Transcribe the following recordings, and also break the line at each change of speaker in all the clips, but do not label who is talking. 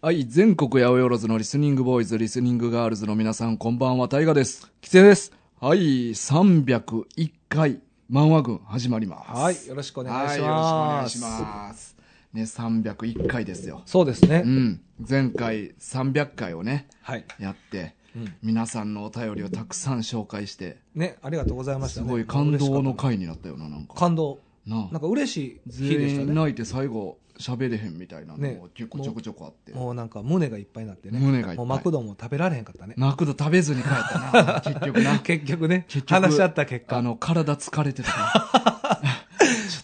はい、全国八百万のリスニングボーイズ、リスニングガールズの皆さん、こんばんは、タイガです。キツネです。はい、301回、漫画軍、始まります。
はい、よろしくお願い
はい
します。
よろしくお願いします。ね、301回ですよ。
そうですね。
うん。前回、300回をね、
はい。
やって、
うん
皆さんのお便りをたくさん紹介して、
ね、ありがとうございました、
す
ね。
ごい感動の
嬉しかっ
回になったよな、なん
た
か。
感動。
な
なんか嬉しい日で
全
した
員
ね。
泣いて最後喋れへんみたいなの
ね
も結構ちょこちょこあって、
もうなんか胸がいっぱいになってね。
胸がいっぱい
もうマクドも食べられへんかったね。
泣くと食べずに帰ったな 結局な
結局ね
結、局
話し合った結
あ
果、
の体疲れて た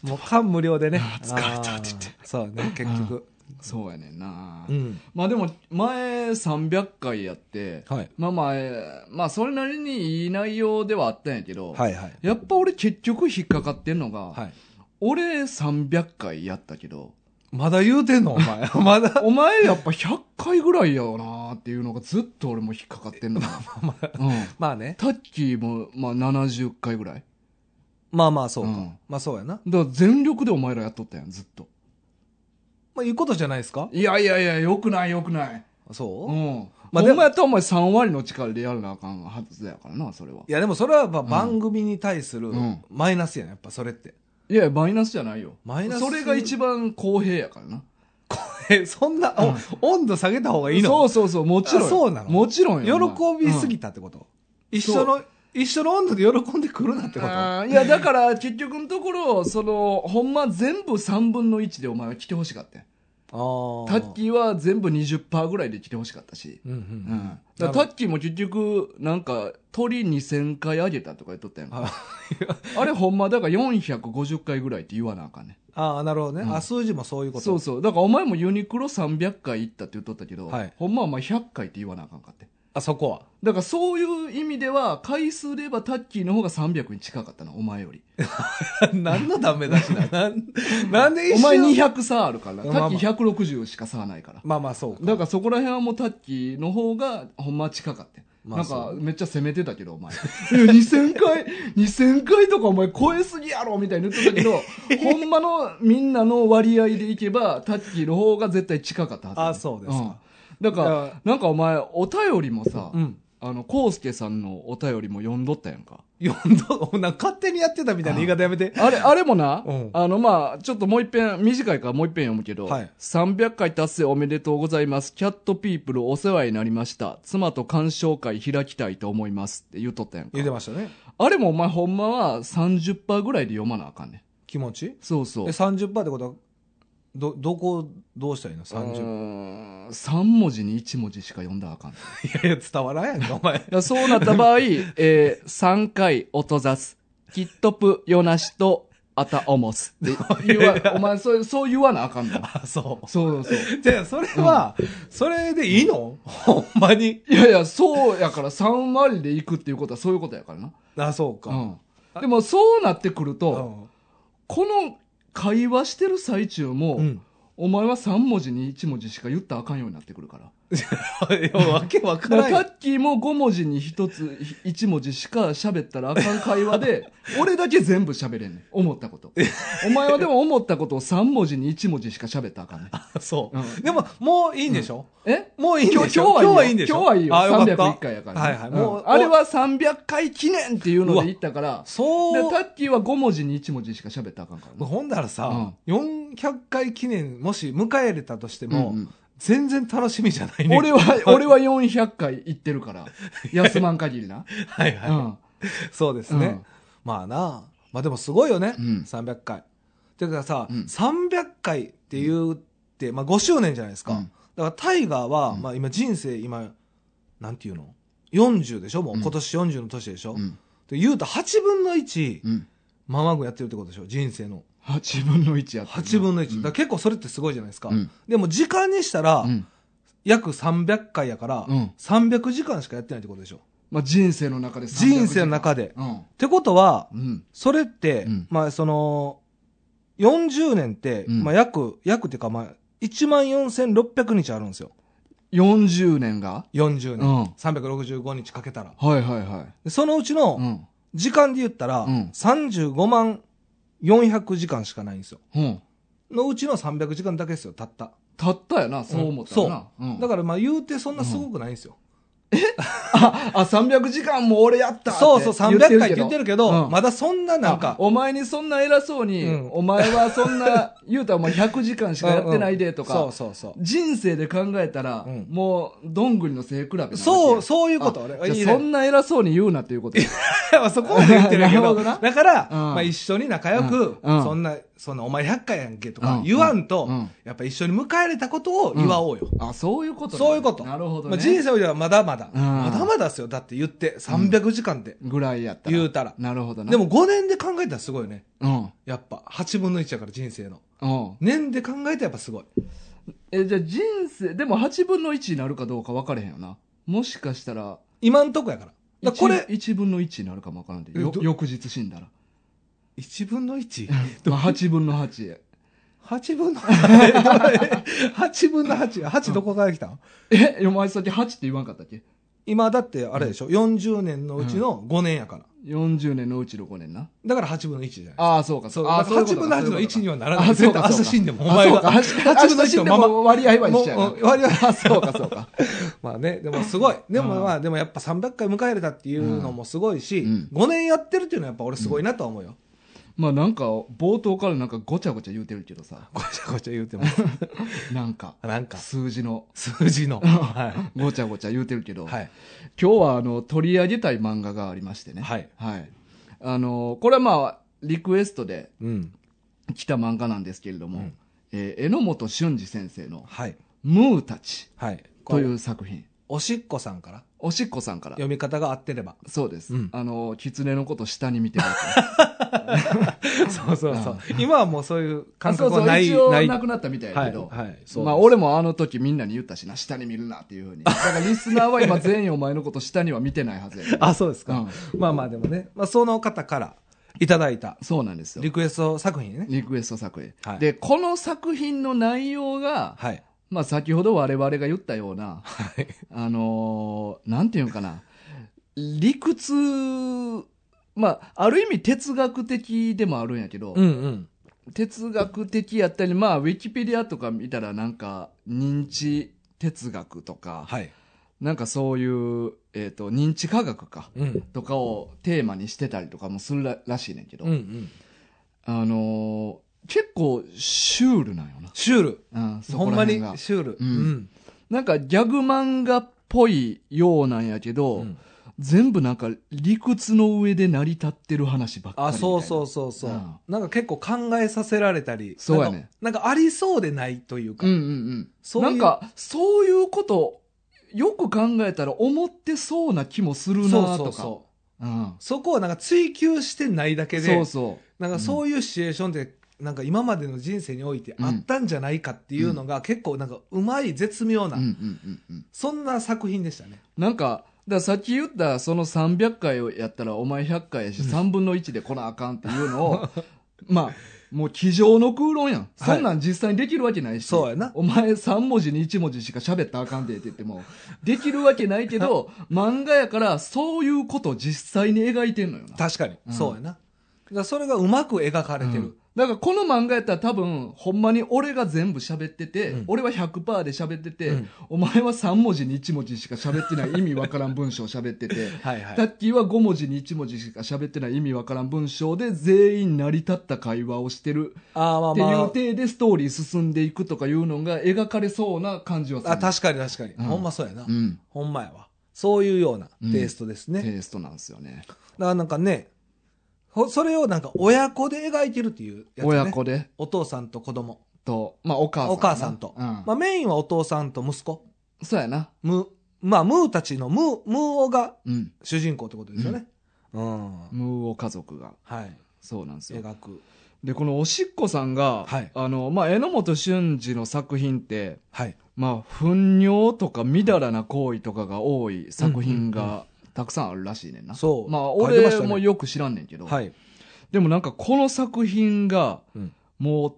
もう感無量でね。
あー疲れたって言って
あー。そうね、結局。
そうやねんな、
うん。
まあでも前300回やって、
はい。
まあ前まあそれなりにいい内容ではあったんやけど、
はいはい。
やっぱ俺結局引っかかってんのが、
はい。
俺300回やったけど
まだ言うてんのお前。 まだ。
お前やっぱ100回ぐらいやよなっていうのがずっと俺も引っかかってん のようん
まあね。
タッキーも、まあ、70回ぐらい。
まあまあそうか。
うん
まあそうやな。
だから全力でお前らやっとったやん、ずっと。
まあいうことじゃないですか
いやいやいや、よくないよくない。
そう、
うん。まあ、
まあ
で
でも
もやったらお前3割の力でやるなあかんはずやからな、それは。
いやでもそれはやっぱ番組に対する
うん
マイナスやねやっぱそれって。
いやいや、マイナスじゃないよ。
マイナス
それが一番公平やからな。
え、そんな、お温度下げた方がいいの
そうそうそう、もちろんよ。
あそうなの
もちろんよ。お
喜
前
びすぎたってこと、一緒の、一緒の温度で喜んでくるなって
うん
こと
あーいや、だから結局のところ、その、ほんま全部3分の1でお前は来てほしかったやんタッキーは全部20%ぐらいで来てほしかったし。
うんうん
う
うんん。
だからタッキーも結局、なんか、鳥2000回あげたとか言っとったやんか。
あ
あれほんま、だから450回ぐらいって言わなあかんね。
あー、なるほどね、
うん
あ、数字もそういうこと。
そうそう。だからお前もユニクロ300回行ったって言っとったけど、
はい
ほんまはまあ100回って言わなあかんかって。
あ、そこは。
だからそういう意味では、回数で言えばタッキーの方が300に近かったな、お前より。
何のダメ出し だなん、なんで一緒
お前200差あるから、タ
まあまあ
ッキー160しか差ないから。
まあまあそうか。
だからそこら辺はもうタッキーの方がほんまは近かったよ
まあ
なん
そ
か
う
めっちゃ攻めてたけどお前 いや2000回2000回とかお前超えすぎやろみたいに言ってたけ どほんまのみんなの割合でいけばタッキーの方が絶対近かったはず
あそうですか、
うんだか
だ
らなんかお前お便りもさ、
うん。
あのコウスケさんのお便りも読んどったやんか
4度、なんか勝手にやってたみたいな言い方やめて。
あれ、あれもな、
うん
あの、まあ、ちょっともう一遍、短いからもう一遍読むけど、
はい
300回達成おめでとうございます。キャットピープルお世話になりました。妻と鑑賞会開きたいと思いますって言うとったやんか
言ってましたね。
あれもお前ほんまは30%ぐらいで読まなあかんねん。
気持ち
そう
え、
そう。
30%ってことは、ど、どこをどうしたらいいの ?30%。
3文字に1文字しか読んだらあかんねん。
いやいや、伝わらんやんか、お 前。
だからそうなった場合、えー、3回音ざす。きっとぷよなしとあたおもす。って言 わ、お前そう、そう言わなあかんねん。
あ、そう。
そうそう。
じゃあ、それは、それでいいの、 ほんまに。
いやいや、そうやから3割で行くっていうことはそういうことやからな。
あ、そうか。
うん。でもそうなってくる
う
と、
ん。
この会話してる最中も、
うん。
お前は3文字に1文字しか言ったらあかんようになってくるから。
いや、わけわか
だ
ら
か
ん
ら
よ。
タッキーも5文字に1つ、1文字しか喋ったらあかん会話 で、俺だけ全部喋れんねん。思ったこと。お前はでも思ったことを3文字に1文字しか喋ったらあかんねん。
そう、
うん
でも、もういいんでしょ、
え
もういいんでしょ
今日はいい
んでしょ
今日はいいよ。
あ、よかった。
301回やからね。
はいはい。もう、
うんあれは300回記念っていうので言ったから、で
そう
タ。ッキーは5文字に1文字しか喋ったらあかんからね。
ほんだらさ、400回記念、もし迎えれたとしても、
うん
全然楽しみじゃない
うん
ね。
俺 は、俺は400回行ってるから、休まん限りな。
はい はい、
うん
そうです
う
ね
ん。
まあなまあでもすごいよね。
うん
300回。ていうかさ、
うん
300回って言って、まあ5周年じゃないですか。
うん
だからタイガーは、
うん
まあ今人生今、なんていうの ?40 でしょもう
うん
今年40の年でしょ、
うん
で言うと8分の1、
うん
ママ軍やってるってことでしょ人生の。
8分の1やってるな
8分の1。
うん
だから結構それってすごいじゃないですか。
うん
でも時間にしたら、
うん
約300回やから、
うん
300時間しかやってないってことでしょ
まあ人生の中で300時間
人生の中で。っ
うん。
てことは、
うん。
それって、
うん
まあその、40年って、
うん
まあ約、約っていうかまあ、14,600日あるんですよ。
40年が
40
う
年。
ん。はい
365日かけたら。
はいはい。
でそのうち
う
の、
ん。
時間で言ったら、
うん
35万400時間しかないんですよ。
うん。
のうちの300時間だけですよ、たった。
たったやな、そう思ったらな。うん
だからまあ言うてそんなすごくないんですよ。
あ、あ、300時間も俺やったって
そうそう、300回って言ってるけど、
うん
まだそんななんか、
お前にそんな偉そうに、
うん
お前はそんな、言うたらお前100時間しかやってないでとか、
うんうんそうそうそ
人生で考えたら、
うん
もう、どんぐりの背比べなわけ
う。
や。
そう、
う
そういうこと。俺いいね
そんな偉そうに言うなっていう ことや
そこまで言ってるけ
なるほ
ど。
どな
だから、
うん
まあ一緒に仲良く、
うんうん
そんな、そんなお前100回やんけと
う
か
ん
言わんと、
うん
やっぱ一緒に迎えれたことを祝おうよ。
あ、そういうことね
そういうこと。
なるほどね。
まあ、人生よりはまだまだ、
うん
まだまだですよ。だって言って、300時間で
ぐらいやったら。
言うたら。
なるほどな。
で、も5年で考えたらすごいよね。
うん。
やっぱ、8分の1やから人生の。
うん。
年で考えたらやっぱすごい。
え、じゃあ人生、でも8分の1になるかどうか分かれへんよな。もしかしたら、
今んとこやから。だからこれ、
1分の1になるかも分からんで。
え
よ
ど
翌日死んだら。
1分の 1?8
まあ、8分の8へ。
分の 8?8 分の 8?8 どこから来たん
え、お前さっき8って言わんかったっけ
今だってあれでしょ、40年のうちの5年やから。
40年のうちの5年な。
だから8分の1じゃない。
ああ、そうか、
そう
ああ、
だから8分の8の1に
は
はならない。絶対明日死んでも、お前が。
8分の1のまま。割合は一緒やな
もううん割合は
あそうか、そうか。
まあね、でもすごい。でもまあ、でもやっぱ300回迎えれたっていうのもすごいし、
うん
5年やってるっていうのはやっぱ俺すごいなとは思うよ。
まあなんか、冒頭からなんかごちゃごちゃ言うてるけどさ、
ごちゃごちゃ言う てます。
なんか、
なんか、
数字の
数字の。は
ごちゃごちゃ言うてるけ
い。
ど、
はい。
今日はあの取り上げたい漫画がありましてね。
はい。
あの、これはまあ、リクエストで
うん。
来た漫画なんですけれども、
うん
えー榎本俊二先生の
はい。
ムーたち
はい。
と
と
い
いう、
う作品。
おしっこさんから
おしっこさんから。
読み方が合ってれば。
そうです。
うん
あの、狐のこと下に見てるや
そうそ う。
そう
今はもうそういう
つ。あ
感
そう
覚
そう
はない、
一応
ない。
なくなったみたいやけど。
はい。
まあ、俺もあの時みんなに言ったしな、下に見るなっていうふうに。だからリスナーは今全員お前のこと下には見てないはずやね、
あ、そうです
う
か。
ん
まあまあでもね、まあ、その方からいただいた
そうなんですよ
リ。クエスト作品ね。
リクエスト作品、
はい
で、この作品の内容が、
はい。
まあ、先ほど我々が言ったような、
はい。
あのーなんていうんかな、理屈、まあ、ある意味哲学的でもあるんやけど、
うんうん。
哲学的やったり、まあ、ウィキペディアとか見たらなんか、認知哲学とか、
はい。
なんかそういう、えっ、と、認知科学か、
うん。
とかをテーマにしてたりとかもするららしいねんけど、
うんうん。
あのー結構シュールなんよな。
シュール。
うん、そ
ほ
こ
ん
ら
ま
辺
に
が。
シュール。
う
うんん。
なんかギャグ漫画っぽいようなんやけど、
うん
全部なんか理屈の上で成り立ってる話ばっかり。
あ、そうそううそうそう
うん。
なんか結構考えさせられたり。
そうやね
なんか。なんかありそうでないというか
うん。うんう
そ
ん。
う
な
いうん
か、そういうこと、よく考えたら思ってそうな気もする
そう
な
そ
と
う
か。
そう。
うん
そこをなんか追求してないだけで。
そうそ
なんかそういうシチュエーションで、なんか今までの人生においてあったんじゃないかっていうのが、結構なんかうまい絶妙
う。
な、
うんうんうんうん。
そんな作品でしたね。
なんか、だからさっき言ったその300回をやったらお前100回やし3分の1で来なあかんっていうのを、 まあ、もう机上の空論やん。
はい
そんなん実際にできるわけないし。
そうやな
お前3文字に1文字しか喋ったらあかんでって言って も、できるわけないけど、漫画やからそういうことを実際に描いてんのよな。
確かに。
うん
そうやな。だからそれがうまく描かれて
う
る
ん。だからこの漫画やったら多分、ほんまに俺が全部喋ってて、
うん
俺は100%で喋ってて、
うん
お前は3文字に1文字しか喋ってない意味わからん文章喋って て、
はいは
タ
い。
ッキーは5文字に1文字しか喋ってない意味わからん文章で全員成り立った会話をしてる
ああまあ
っていう
ま
体でストーリー進んでいくとかいうのが描かれそうな感じはす
あ。
る。
あ、確かに確かに。
うん
ほんまそうやな。
うん。
ほんまやわ。そういうような
うん
テイストですね。だか
テイストなんですよね。
らなんかね、ほそれをなんか親子で描いてるっていうやつね。
親子で
お父さんと子供。
と、まあお母さんな。
お母さんと。
うん。
まあメインはお父さんと息子。
そうやな。
ム、まあムーたちのムー、ムーオが
うん。
主人公ってことですよね。うん。
ムーオ家族が。
はい。
そうなんですよ。
描く。
で、このおしっこさんが、
はい
あの、まあ、榎本俊二の作品って、
はい。
まあ、糞尿とかみだらな行為とかが多い作品がたくさんあるらしいねんな。
そう
まあ、
書いてまし
俺
たね
もよく知らんねんけど、
はい。
でもなんかこの作品が、
うん
もう、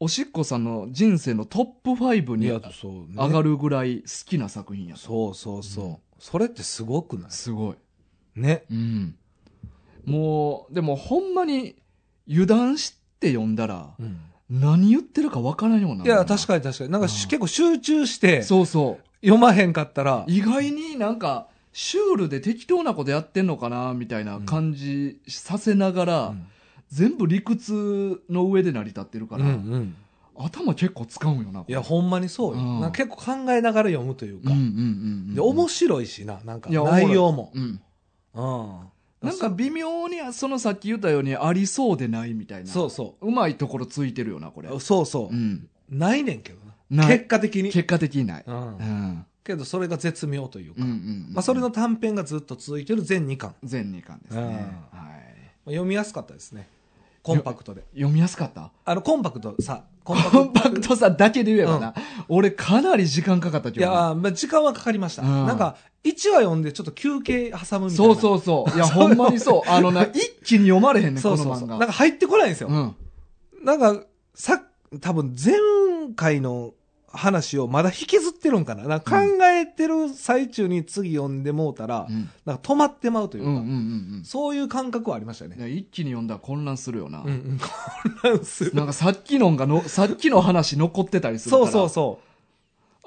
おしっこさんの人生のトップ5に
そう、ね
上がるぐらい好きな作品やった。
そうそうそう。
うん
それってすごくない
すごい。
ね。
うん。もう、でもほんまに油断して読んだら、
うん。
何言ってるかわからんようになる
いや、確
か
かに確かに。なんか
う
し
ん
結構集中して、
そうそう。
読まへんかったら、
意外になんかシュールで適当なことやってんのかなみたいな感じさせながら、
うん
全部理屈の上で成り立ってるから、
うんうん
頭結構使うんよなこ
い
れ
や、ほんまにそう
う
よ。
ん
なんか結構考えながら読むという
う
か
んうん。うんうん
で、面白いしな、なんか
いやおもろい
内容も。
うん
うん。
なんか微妙にそのさっき言ったようにありそうでないみたいな
そうそう
まいところついてるよなこれ、
う。そうそうう。
ん、
ないねんけどな。
ない
結果的に。
結果的にない、
うん
う。ん
けど、それが絶妙という
うんう
か。
んうん
まあ、それの短編がずっと続いてる全2巻。
全2巻ですね、
うん
はい、
まあ読みやすかったですね。コンパクトで。
読みやすかった
あの、コンパクト さ、コンパ
コンパクトさだけで言えばな、俺かなり時間かかった
い
けどな
や、まあ、時間はかかりました。
うん
なんか、1話読んでちょっと休憩挟むみたい
そ
な。
うそうそう。い や、ほんまにそう。あのな、一気に読まれへんねん、
そ
こ
う
の
そうそう。
漫
なん
画。
か入ってこないんですよ。
うん。
なんか、さ、多分前回の話をまだ引きずってるんかな。なんか考えてる最中に次読んでもうたら、
うん
なんか止まってまうといううか、
んうんうん
そういう感覚はありました
うん。
ね。
いや一気に読んだら混乱するよな
うん。 うん。混乱する。
なんかさっきのんがの、さっきの話残ってたりするか
そ
ら。
うそうそ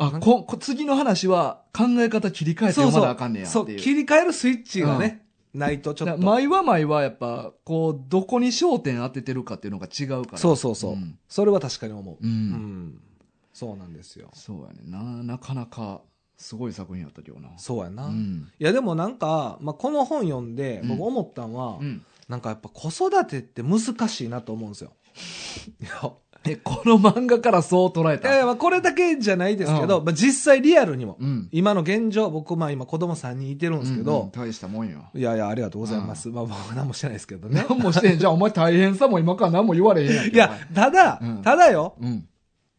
あ、こ、こ次の話は考え方切り替え
う。
て
そ
読
うそ
ま
う。
なあかんねや
そ
っ
う。
ていう。
切り替えるスイッチがね、ないとちょ
だ
っ
から
と。
毎は毎はやっぱ、こう、どこに焦点当ててるかっていうのが違うから。
そうそうそう、
ん
それは確かに思う。
う。
うんん。そうなんですよ。
そうやねんな。なかなか、すごい作品やったけどな。
そうやな。
うん。
いやでもなんか、まあ、この本読んで僕思ったんは、
うん。
なんかやっぱ子育てって難しいなと思うんですよ。いや
え、この漫画からそう捉え
いやい
た。
やまあこれだけじゃないですけど、まあ、実際リアルにも、
うん。
今の現状僕まあ今子供3人いてるんですけ
うんうん
ど、
大したもんよ。
いやいやありがとうございます、まあ僕何もしてないですけどね。
何もしてんじゃん。お前大変さも今から何も言われへんやんけ。
いやただ、
うん
ただよ
お前、うん。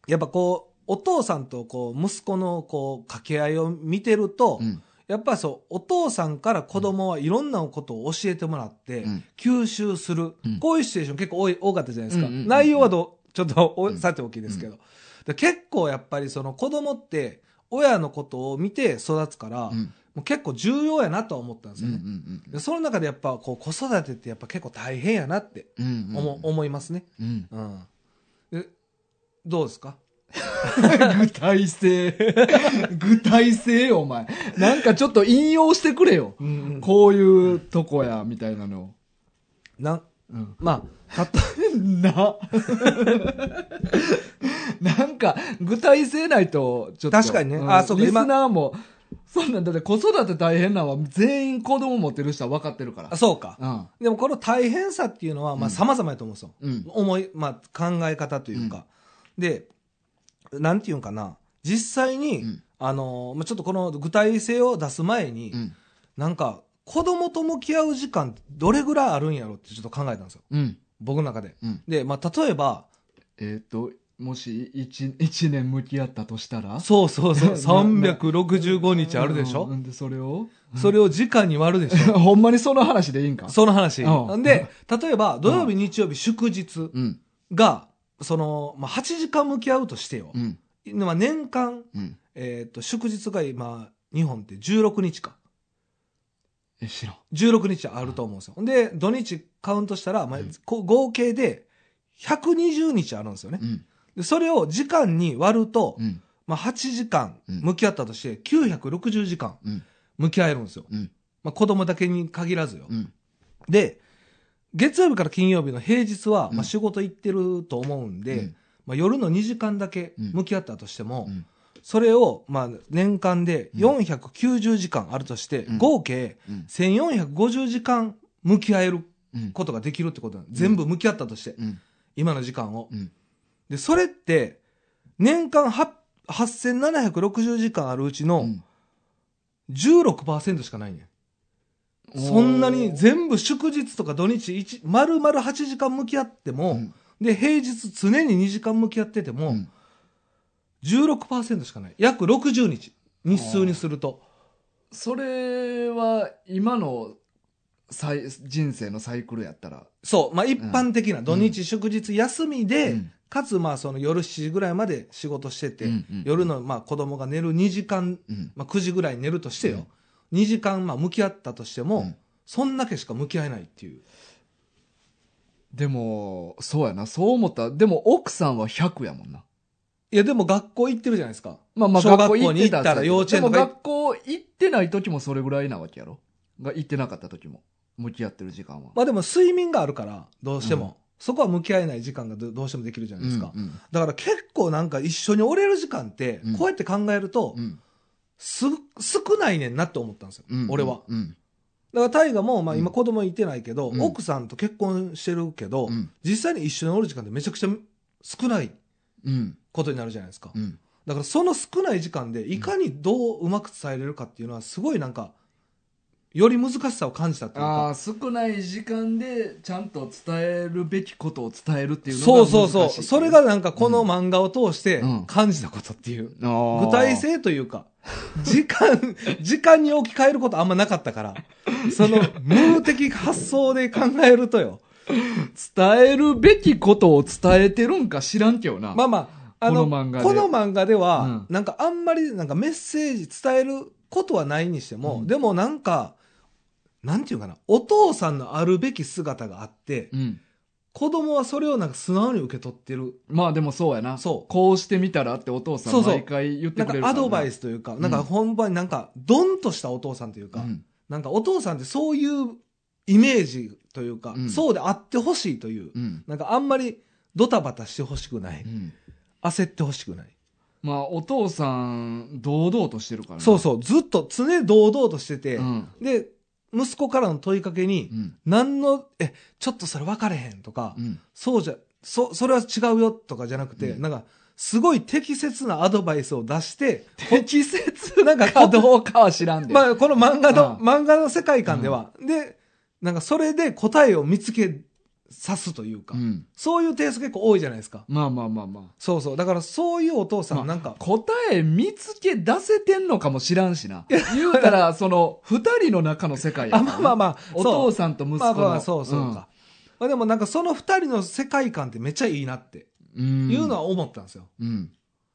やっぱこうお父さんとこう息子のこう掛け合いを見てると、
うん。
やっぱそうお父さんから子供はいろんなことを教えてもらって、
うん
吸収する、
うん
こういうシチュエーション結構多い多かったじゃないですか、
うんうんうんうん
内容はどうちょっとお
うん
さておきですけど、で結構やっぱりその子供って親のことを見て育つから、
うん。うん
もう結構重要やなとは思ったんです
う
よ
ん
ね、でその中でやっぱこう子育てってやっぱ結構大変やなって
うんうん。
思,、思いますね、
うん。
うん、でどうですか
具体性。 具体性よ、お前。なんかちょっと引用してくれよ。こういうとこや、みたいなの。
なん
うん。
まあたと
な。 なんか、具体性ないと、ちょっと。
確かにね
ん
あそうか
リス
今
ナーも、そんなんだって子育て大変なのは全員子供持ってる人は分かってるから
あ。そうか、
うん。
でもこの大変さっていうのはまあ
うん
様々やと思うんですよ、
うん。
思い、まあ、考え方というか、でなんていうんかな実際に、
うん
あのーまあ、ちょっとこの具体性を出す前に、
うん。
なんか子供と向き合う時間ってどれぐらいあるんやろってちょっと考えたんですよ
うん。
僕の中で
うん。
で、まあ、例えば
えっ、と、もし一一年向き合ったとしたら
そうそうそう
な
365日あるでし
う
ょ
んで、それを
それを時間に割るでし ょ
ほんまにその話でいいんか
その話
うん
で例えば土曜日日曜日祝日
うん。
がその、まあ、8時間向き合うとしてよ
う、ん。
まあ、年間
うん。
えっと祝日が今日本って16日か
え、知らん。
16日あると思うんですよで土日カウントしたら、まあ
うん
こう合計で120日あるんですよね
うん。
でそれを時間に割ると、
うん。
まあ、8時間
うん
向き合ったとして960時間
うん
向き合えるんですよ、
うん
まあ、子供だけに限らずよ、
うん。
で月曜日から金曜日の平日は、
うん
まあ、仕事行ってると思うんで、
うん
まあ、夜の2時間だけ
うん
向き合ったとしても、
うん
それを、まあ、年間で
うん
490時間あるとして、
うん
合計
うん。
1450時間向き合える
うん。
ことができるってことなん全部向き合ったとして、
うん。
今の時間を。
うん
で、それって、年間は8760時間あるうちの16%しかないねん。そんなに全部祝日とか土日一丸々8時間向き合っても、
うん
で、平日常に2時間向き合ってても、
うん
16%しかない。約60日。日数にすると。
それは、今の、さい人生のサイクルやったら。
そう。まあ、一般的な土日祝日休みで、かつまあ、その夜7時ぐらいまで仕事してて、夜のまあ、子供が寝る2時間、
うん。
まあ、9時ぐらいに寝るとしてよ。2時間まあ、向き合ったとしても、
うん
そんだけしか向き合えないっていう。
でも、そうやな。そう思った。でも、奥さんは100やもんな。
いや、でも学校行ってるじゃないですか。
まあまあ、
小
学
学
校
校
行ってた
に行ったら幼稚
で
園と
も
か
学校行ってない時もそれぐらいなわけやろ。が行ってなかった時も。向き合ってる時間は。
まあでも睡眠があるから、どうしても。
うん
そこは向き合えない時間がどどうしてもできるじゃないですか。
うん
だから結構なんか一緒におれる時間って
うん、
こうやって考えると、
うん
す、少ないねんなって思ったんですよ。
うん
俺は。。
うん
だから大河も、まあ
うん
今子供いてないけど、
うん
奥さんと結婚してるけど、
うん
実際に一緒におる時間ってめちゃくちゃ少ない
うん
ことになるじゃないですか。
うん
だからその少ない時間でいかにどううまく伝えれるかっていうのはすごいなんか、より難しさを感じたっていう
あ
か。
あ少ない時間でちゃんと伝えるべきことを伝えるっていうのが
そ
難し
う
い
そうそう。それがなんかこの
うん
漫画を通して
うん
感じたことっていう。具
具
体性というか、時間、 時間に置き換えることあんまなかったから、その無的発想で考えるとよ。
伝えるべきことを伝えてるんか知らんけどな、
まあまあ、あの、
この漫画で
この漫画では、
う
なんかあんまりなんかメッセージ伝えることはないにしても、
うん
でもなんか、なんていうかな、お父さんのあるべき姿があって、
うん、
子供はそれをなんか素直に受け取ってる。
まあでもそうやな
そう
こうしてみたらってお父さ
そ
ん
うそう
毎回言って
なん
く
か
れる
アドバイ
ス
スというか、なんか本番になんか、ドンとしたお父さんというか、なんかお父さんってそういうイメージというか、
うん
そうであってほしいという、
うん
なんかあんまりドタバタしてほしくない、
うん
焦ってほしくない、
まあお父さん堂々としてるからな
そうそうずっと常堂々としてて、
うん
で息子からの問いかけに、
うん
何のえちょっとそれ分かれへんとか、
うん
そうじゃそそれは違うよとかじゃなくて、
うん
なんかすごい適切なアドバイスを出して、
適切
なんか
かどうかは知らんで、
まあ、この漫画の、
う
漫画の世界観では、で、なんかそれで答えを見つけさすというか、
うん
そういうテイスト結構多いじゃないですか。
まあまあまあまあ
そうそう。だからそういうお父さ
まあ
ん、なんか、
答え見つけ出せてんのかも知らんしな。言うたら、その、二人の中の世界や
あ、
から
まあまあまあ、
お父
さ
さんと息子
まあ
の。
まあ、そうそうか。まあでもなんかその二人の世界観ってめっちゃいいなって
うん。
いうのは
は、
思ったんですよ。
うん。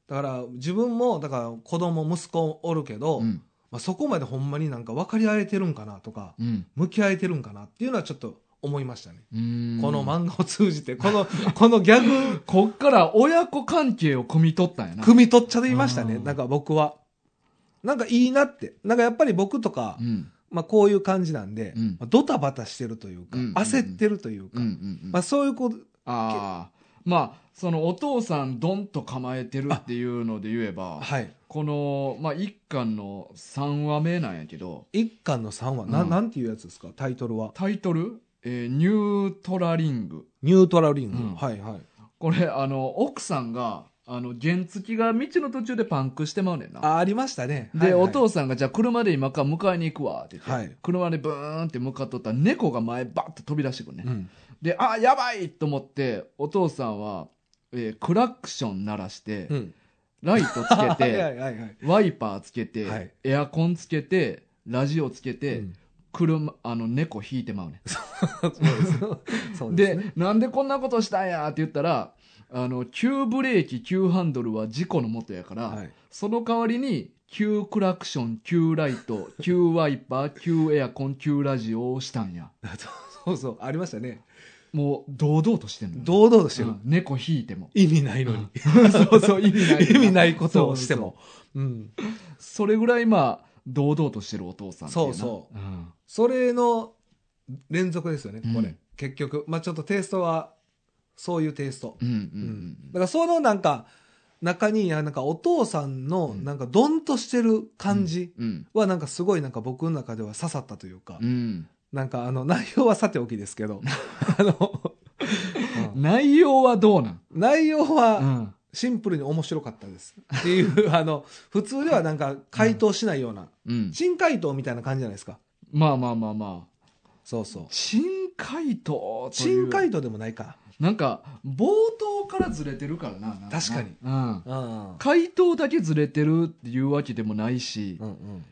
だから自分も、だから子供、息子おるけど、
うん。
まあそこまでほんまになんか分かり合えてるんかなとか、
うん。
向き合えてるんかなっていうのはちょっと思いましたね。
うん
この漫画を通じて、この、このギャグ、
こっから親子関係を汲み取ったんやな。
汲み取っちゃいましたね。
うん
なんか僕は。なんかいいなって。なんかやっぱり僕とか
う、ん。
まあこういう感じなんで、
うん
まあドタバタしてるというか、
うん
焦ってるというか、
うん。うん。
まあそういうこと、
ああ。まあ、そのお父さんドンと構えてるっていうので言えば、
はい。
この、まあ、一巻の3話目なんやけど、
一巻の3話、な
うん
なんていうやつですかタイトルは。
タイトル、えーニュートラリング。
ニュートラリング。
うん
はいはい。
これあの奥さんがあの原付きが道の途中でパンクしてまうねんな
あ、ありましたね。
で、
はいはい
お父さんがじゃあ車で今から迎えに行くわって言って、
はい
車でブーンって向かっとったら猫が前バッと飛び出してくるね、
うん。
であーやばいと思ってお父さんは、えークラクション鳴らして、
うん。
ライトつけ
はいは
て
いはいはい。
ワイパーつけて、
はい
エアコンつけてラジオつけて、
うん
車あの猫引いてまうねん
そうです。そう
で
ですね
なんでこんなことしたんやって言ったらあの急ブレーキ急ハンドルは事故のもとやから、
はい
その代わりに急クラクション急ライト 急ワイパー急エアコン急ラジオをしたんや
そうそう、ありましたね。
もう堂々としてんのよ
堂々としてる。
うん猫引いても
意味ないのに。
そうそう意味ない
意味ないことをしても。うん。
それぐらいまあ堂々としてるお父さんっていな、
そうそう
ん、
それの連続ですよね、これ。
うん
結局。まあちょっとテイストは、そういうテイスト。
うんうん
う
うんん
だからそのなんか、中に、あなんかお父さんの、
うん
なんかドンとしてる感じ
うん
は、なんかすごいなんか僕の中では刺さったというか、
うん
なんかあの、内容はさておきですけど、 あの、うん
内容はどうなん、
内容は、
うん
シンプルに面白かったです。っていう、あの、普通ではなんか回答しないような、
うん、
新回答みたいな感じじゃないですか。
まあまあまあまあ
そうそう。
珍回答という
新回答でもないか。
なんか冒頭からずれてるからななんな
確かに
うん、
うん。
回答だけずれてるっていうわけでもないし
う、ん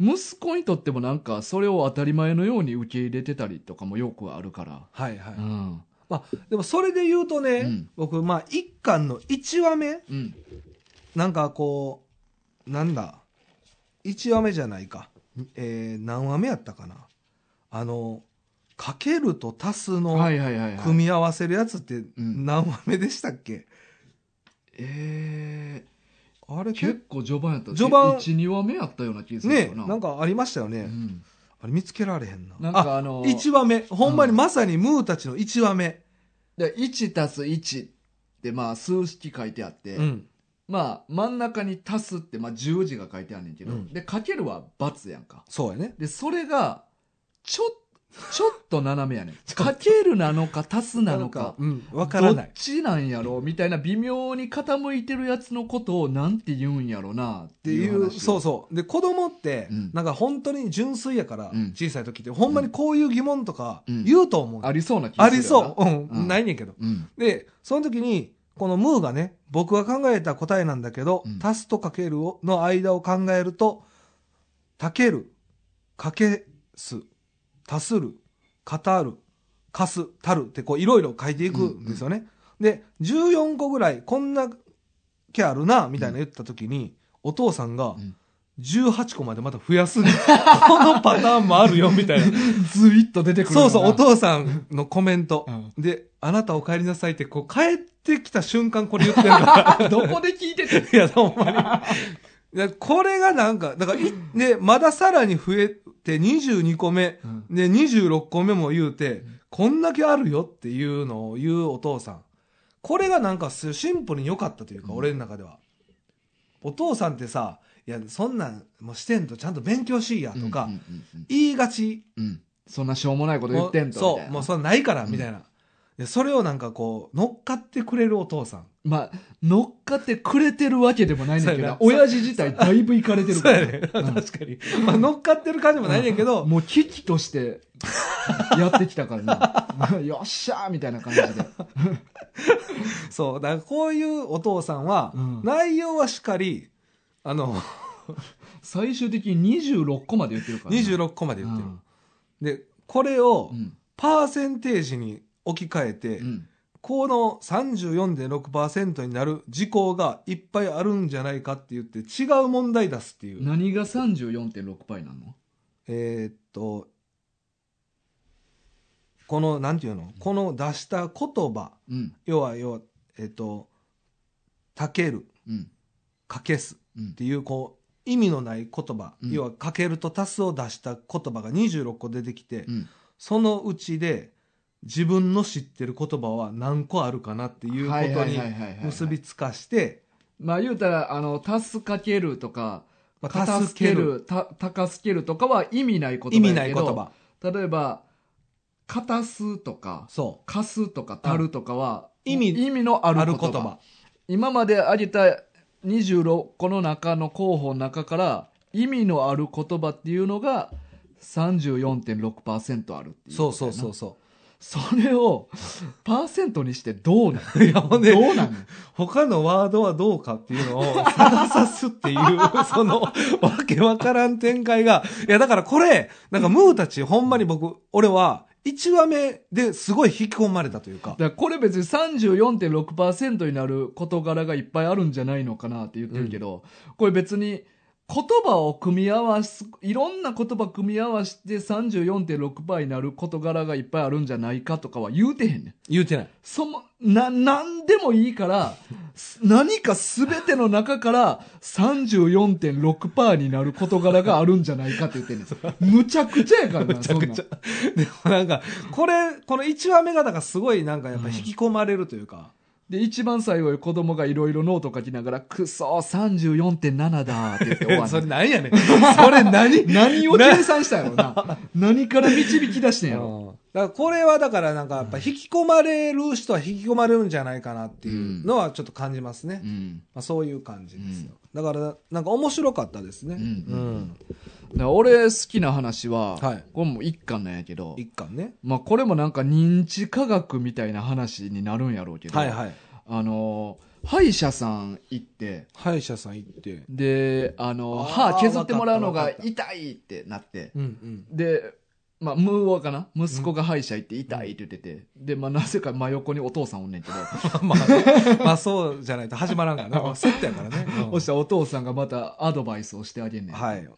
うん。
息子にとってもなんかそれを当たり前のように受け入れてたりとかもよくあるから、
はいはい。
うん
まあ、でもそれで言うとね、
うん
僕、まあ、一巻の1話目、
うん
なんかこう、なんだ、1話目じゃないか。えー、何話目やったかな。あの、かけると足す
は
の
いはいはい、はい。
組み合わせるやつって
ん
何話目でしたっけ、
え
あれ
ー、結構序盤やった。
序盤
1、2話目やったような気がする
ね
けど
なんかありましたよね、
うん
あれ見つけられへんな
なんかあのー
1話目ほんまに
うん
まさにムーたちの1話目、
で1たす1ってまあ数式書いてあって、
うん
まあ真ん中に足すってまあ十字が書いてあんねんけど、
うん
でかけるは×やんか
そうやね
でそれがちょちょっと斜めや ねんかけるなのか足すなのか
うん、わから
ど
な
っ
い
ちなんやろうみたいな微妙に傾いてるやつのことをなんて言うんやろうなっ
っててい
いう
う
話
そうそうで子供って、
うん
なんか本当に純粋やから、
うん
小さい時ってほんまにこういう疑問とか
うん
言うと思う、
ありそうな気が
あ
する
りそう、うん
うん
ないねんけど
う、うん
でその時にこのムーがね僕が考えた答えなんだけど、
うん
足すとかけるをの間を考えるとたけるかけす足する語る貸すたるってこういろいろ書いていくんですよね、で14個ぐらいこんなけあるなみたいな言った時に、お父さんが
うん
18個までまた増やすね このパターンもあるよみたいな
ずいっと出てくるよ
そう
な
そう、お父さんのコメント
うん。
で、あなたお帰りなさいって、こう、帰ってきた瞬間これ言ってる か
どこで聞いてて
ら。いや、ほんまに。いやこれがなんか、だからい、で、まださらに増えて22個目、
うん
で、26個目も言うて、こんだけあるよっていうのを言うお父さん。これがなんかすシンプルに良かったというか、
うん
俺の中では。お父さんってさ、いや、そんなんもうしてんとちゃんと勉強しいやとか、
うんうんうんうん
言いがち
うん、そんなしょうもないこと言ってんと
もう
みたい
そう
な
もうそれないから
うん
みたいな、いやそれをなんかこう乗っかってくれるお父さん
まあ乗っかってくれてるわけでもないねんだけ
そうや
ど
な
親父自体だいぶいかれてる
そ
か
う
ら
やね
うん
確かに、まあ、乗っかってる感じもないねんけど、
もう危機としてやってきたからな よっしゃーみたいな感じで、
そうだからこういうお父さんは、
うん
内容はしっかりあの
最終的に26個まで言ってるからな
26個まで言ってる、
うん
でこれを
うん
パーセンテージに置き換えて、
うん
この34.6%になる事項がいっぱいあるんじゃないかって言って違う問題出すっていう
何が34.6倍なの
えーっと、この、なんていうのこの出した言葉、
うん
要は、要は、えーっと、たける、
うん
かけす
う
っ
ん
ていう、こう、意味のない言葉、
うん
要は、かけると足すを出した言葉が26個出てきて、
うん
そのうちで、自分の知ってる言葉は何個あるかなっていうこ
はい
と
はい
に
はいはいはい
結びつかして、
まあ言うたらあの「足すかける」とか「
まあ
片すけ、る」た「高すける」とかは意味ない言葉
意味な
や
い
け
言
ど
葉。
例えば「かたす」とか
そう。
貸すとか足るとかは、
うん意味
意味のあ
あ
る
る
言
言
葉
葉。
今まで挙げた26個の中の候補の中から意味のある言葉っていうのが34.6%あるっていう
そうそうそううそ
それをパーセントにしてどうなん
う。いや、 ほんで、
どうなん
他のワードはどうかっていうのを 探さすっていう、 その、わけわからん展開が。いや、だからこれ、なんかムーたち、ほんまに僕、俺は、1話目ですごい引き込まれたというか
だか。らこれ別に34.6%になる事柄がいっぱいあるんじゃないのかなって言ってるけど、これ別に言葉を組み合わす、いろんな言葉組み合わせて34.6倍になる事柄がいっぱいあるんじゃないかとかは言うてへんねん。
言うてない。
その、な、なんでもいいから、す何か全ての中から34.6%になる事柄があるんじゃないかって言ってんねん。むちゃくちゃやから な、
めちゃくち
そ
ゃ
ん。
でもなんか、これ、この1話目がだからすごいなんかやっぱ引き込まれるというか。
で、一番最後に子供がいろいろノート書きながら、くそー、34.7だーって言って終わ
そ
る
れ。なんやねん。 それ 何
何を計算したんやろうな。何から導き出してんやろ。
うんだからこれはだからなんかやっぱ引き込まれる人は引き込まれるんじゃないかなっていうのはちょっと感じますね。
うん。
まあ、そういう感じですよ、だからなんか面白かったですね、
うんだから俺好きな話は、
はい
これも一巻なんやけど、
一巻ね
まあこれもなんか認知科学みたいな話になるんやろうけど、
はいはい
あの、歯医者さん行って、
歯医者さん行って
で、あの、
あー
歯削ってもらうのが
わかった
痛いってなって、
うん うん
で、まあ、ムーアかな息子が歯医者行って痛いって言ってて、で、まあ、なぜか真横にお父さんおんねんけど、
まあ、 まあそうじゃないと始まらんから ねまあセットやからね、うん
そしたらお父さんがまたアドバイスをしてあげんねん。
はい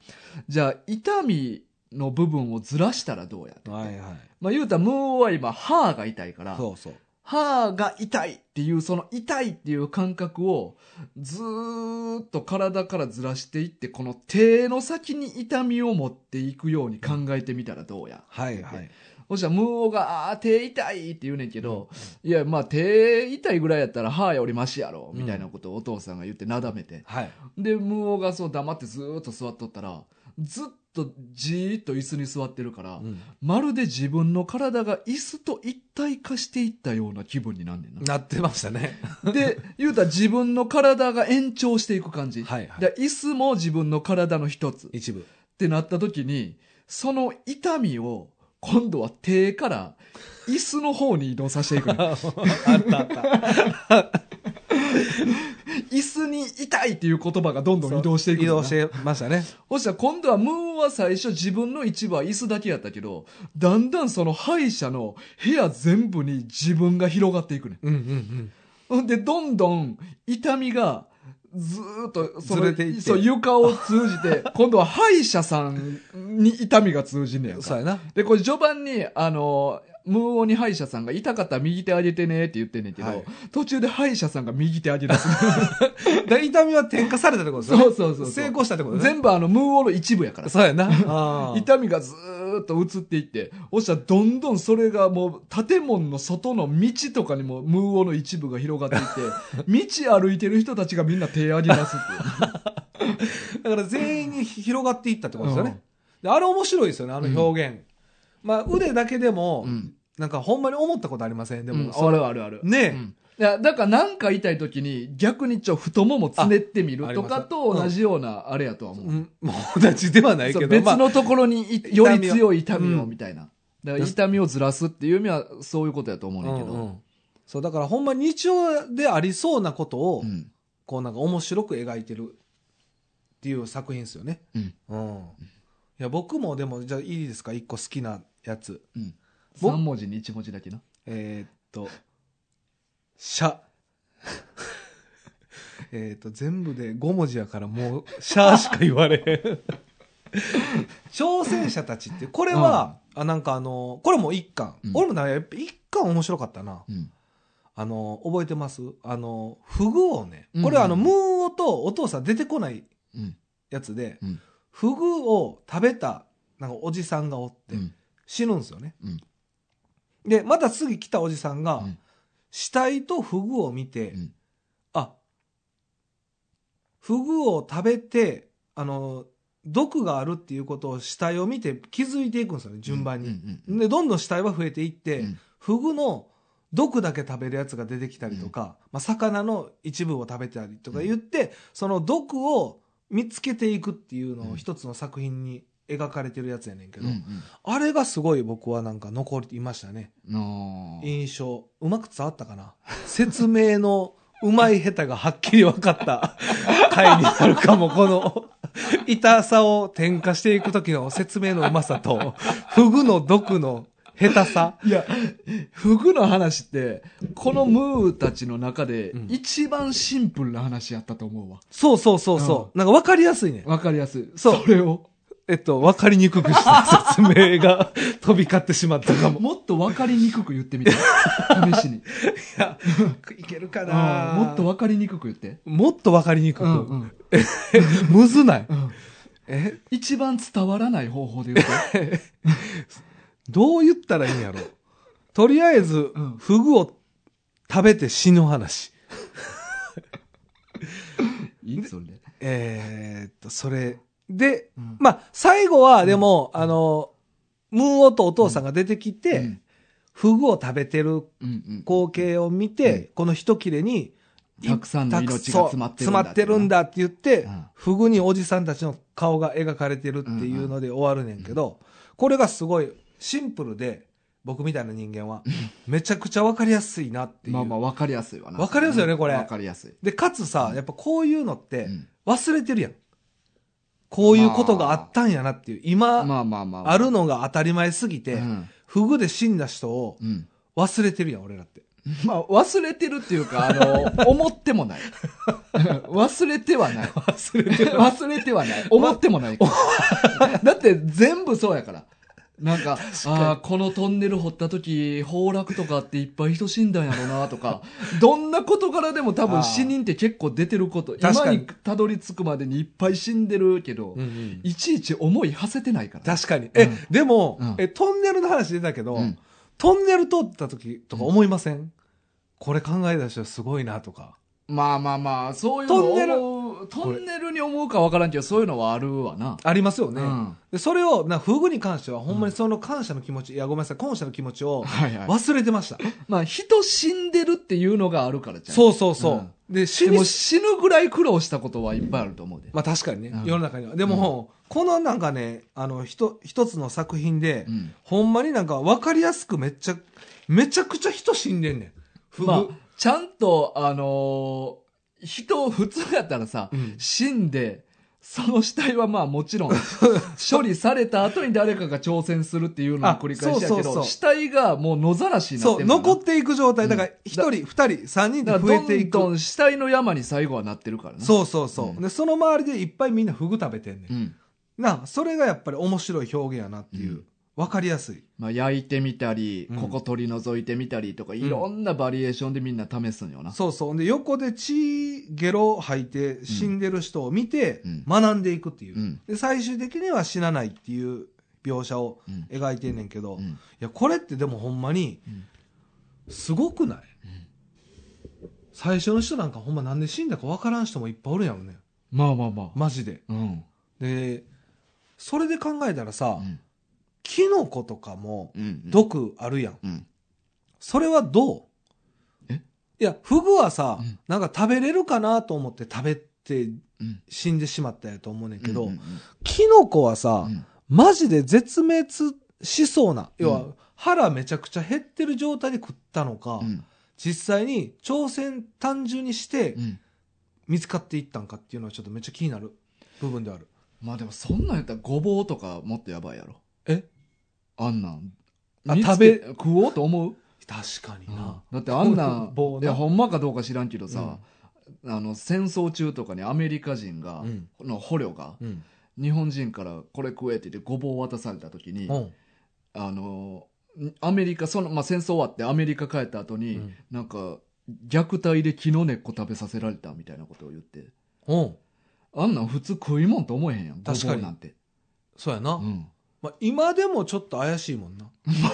じゃあ、痛みの部分をずらしたらどうやって。
はいは
まあ言うたら、ムーは今、歯が痛いから
い。、そうそう。
歯が痛いっていう、その痛いっていう感覚を、ずーっと体からずらしていって、この手の先に痛みを持っていくように考えてみたらどうや。
はいはい。
そしたら、ムーオが、あー手痛いって言うねんけど、いや、まあ手痛いぐらいやったら歯よりマシやろ、みたいなことをお父さんが言ってなだめて。
はい。
で、ムーオがそう黙ってずーっと座っとったら、ずっとじーっと椅子に座ってるから、
うん
まるで自分の体が椅子と一体化していったような気分になんねんな。
なってました ね。
で、言うたら自分の体が延長していく感じ。
はいはい。
で椅子も自分の体の一つっ
一部。
てなった時に、その痛みを今度は手から椅子の方に移動させていくねん。
あったあ った。
椅子に痛いっていう言葉がどんどん移動していくね
移
んな
動してましたね。
そしたら今度はムーンは最初自分の一部は椅子だけやったけど、だんだんその歯医者の部屋全部に自分が広がっていくねん。
うんうんうん。
ほんで、どんどん痛みが、ずーっと、その
ずれていって
そう、床を通じ て、今度は歯医者さんに痛みが通じんねやん
そう
か。
やな。
で、これ序盤に、あの、無音に歯医者さんが痛かったら右手上げてねって言ってんねんけど、
はい
途中で歯医者さんが右手上げ 出す。
で痛みは転化されたってことです
そ
よ
う
ね。
そうそうそう。
成功したってことね。
全部あの、無音の一部やから。
そう やな。あー
痛みがずーっと移っていって、おっしゃどんどんそれがもう建物の外の道とかにもムーオの一部が広がってい って、道歩いてる人たちがみんな手上げ出すっていう。
だから全員に広がっていったってことですよね。であれ面白いですよね、あの表現。まあ腕だけでも、
うん
なんかほんまに思ったことありません
で
でも、
も、
そ
あ
の
るあるある。
ねえ
うんいやだからなんか痛い時に逆にちょ太ももつねってみる
ああり
と
ます
かと同じようなあれやとは思う。
うん、もう同じではない
そう
けど、
別
まあ、
のところにいより
痛みを
強い痛み
う
を
ん
みたいな。だから痛みをずらすっていう意味はそういうことやと思うねんだけ
うんう
ど。
んそう、だからほんま日常でありそうなことを、
うん
こうなんか面白く描いてるっていう作品ですよね。
うん
うんいや、僕もでも、じゃあいいですか、一個好きなやつ。
うん
ぼ
3文字に1文字だけな。
えーっと、しゃ。 えーっと、全部で5文字やからもう、しゃーしか言われへん。挑戦者たちって、これは、あなんかあの、これも一巻。
うん
俺もな、やっぱ一巻面白かったな。
うん
あの、覚えてますあの、フグをね、これ
うん
あの、ムーンオとお父さん出てこない
うん
やつで、
うん
フグを食べた、なんかおじさんがおって、
うん
死ぬんですよね。
うん
で、また次来たおじさんが、
うん
死体とフグを見て、
うん
あ、フグを食べて、あの、毒があるっていうことを死体を見て気づいていくんですよね、順番に。
うんうんうん
で、どんどん死体は増えていって、
うん
フグの毒だけ食べるやつが出てきたりとか、まあ、魚の一部を食べたりとか言って、その毒を見つけていくっていうの
う
を
ん
一つの作品に描かれてるやつやねんけど、
うんうん
あれがすごい僕はなんか残りましたね
あー
印象うまく伝わったかな説明のうまい下手がはっきり分かった回になるかもこの痛さを転化していく時の説明のうまさとフグの毒の下手さ
いや、服の話って、このムーたちの中で
うん
一番シンプルな話やったと思うわ。
そうそうそうそう、なんか分かりやすいね
わかりやすい。
そう
それを。
えっと、わかりにくくした説明が飛び交ってしまったかも。
もっとわかりにくく言って みて。試しに。
いや、いけるかな
うんもっとわかりにくく言って。
もっとわかりにくく。
うんうん
えむずない。
うん
え、
一番伝わらない方法で言って。
どう言ったらいいんやろとりあえず、
うん
フグを食べて死ぬ話。
いいそれで。
えーっと、それ。で、
うん
まあ、最後は、でも、あの、ムーンオとお父さんが出てきて、
うん
フグを食べてる
うんうん
光景を見て、この一切れに、
たくさんの命が詰まってるんだ
そう詰まってるんだって言って、
うん
フグにおじさんたちの顔が描かれてるっていうので終わるねんけど、これがすごいシンプルで、僕みたいな人間は、めちゃくちゃわかりやすいなっていう。
まあまあわかりやすいわな。
わかりやすいよねこれ
わかりやすい。
で、かつさ、やっぱこういうのって
うん
忘れてるやん。こういうことがあったんやなっていう。
ま
今、
あまあまあ。
あるのが当たり前すぎて、
うん
フグで死んだ人を
うん。
忘れてるやん、俺らって。
まあ、忘れてるっていうか、あ の、思ってもない。 忘れてはない。
忘れてる。
忘れてはない。思ってもないから。 だって全部そうやから。なんか、
かに
ああ、このトンネル掘った時、崩落とかっていっぱい人死んだんやろなとか、 どんな事柄でも多
あー
分死人って結構出てること、
確
今
かに
にたどり着くまでにいっぱい死んでるけど、いちいち思い馳せてないから。
確かに。え、
うん
でも、
うん
え、トンネルの話出たけど、
うん
トンネル通った時とか思いません、これ考えた人すごいなとか。
まあまあまあ、そういう
トンネル
のを思う、トンネルに思うかわからんけど、そういうのはあるわな。
ありますよね。
うん
でそれを、な、フグに関しては、ほんまにその感謝の気持ち、いや、ごめんなさい、感謝の気持ちを
はいはい。
忘れてました。
まあ、人死んでるっていうのがあるからじゃん。
そうそうそう。で、
で
死に
も死ぬぐらい苦労したことはいっぱいあると思うで。
まあ確かにね、
うん
世の中には。でも、このなんかね、あの、ひと一つの作品で、
うん
ほんまになんか分かりやすくめっちゃ、めちゃくちゃ人死んでんねん。フグ。
まあ、ちゃんと、あのー人、普通やったらさ、
うん
死んで、その死体はまあも ちろん、処理された後に誰かが挑戦するっていうのを繰り返しやけど、
あそうそうそう
死体がもう野ざらしになっ
そ
て
う、
る
残っていく状態。だから
うん、
一人、二人、三人
だ
で
か
増
ら
え
ど
てい
ん
く。
どん死体の山に最後はなってるからね。
そうそうそう、
うん
で、その周りでいっぱいみんなフグ食べてんねん。
うん。。
なあ、それがやっぱり面白い表現やなっていううんわ、かりやすい。
まあ、焼いてみたり
う、ん
ここ取り除いてみたりとか、
ん
いろんなバリエーションでみんな試すんよな。
そうそう。で、横で血、ゲロ吐いて死んでる人を見て、
うん
学んでいくっていう、
うん
で。最終的には死なないっていう描写を
うん
描いてんねんけど、
う
い
ん
や、これってでもほんまに、すごくない、最初の人なんかほんまなんで死んだかわからん人もいっぱいおるやろね。
まあまあまあ。
マジで。
うん。
で、それで考えたらさ、
うん
キノコとかも
うん
毒あるやん。
うん。
それはどう
え
いや、フグはさ、
うん
なんか食べれるかなと思って食べて
うん。
死んでしまったやと思うねんけ
う
ど、
んうん
キノコはさ、
うん
マジで絶滅しそうな、要
う
は腹めちゃくちゃ減ってる状態で食ったのか、
うん
実際に挑戦単純にして
うん
見つかっていったんかっていうのはちょっとめっちゃ気になる部分である。
まあでもそんなんやったらごぼうとかもっとやばいやろ。
え
あんなん。
あ
見つけ食おうと思う
確かにな。
だってあんな、
ごぼう
い
んな
やほんまかどうか知らんけどさ、あの戦争中とかにアメリカ人が、
うん
の捕虜が
うん。
日本人からこれ食えって言ってごぼう渡された時に、
うん。
あの、アメリカ、その、まあ、戦争終わってアメリカ帰った後に、
うん
なんか、虐待で木の根っこ食べさせられたみたいなことを言って、
うん。
あんなん普通食いもんと思えへんやん、
確かに
ごぼうなんて。
そうやな。
うん。
まあ、今でもちょっと怪しいもんな。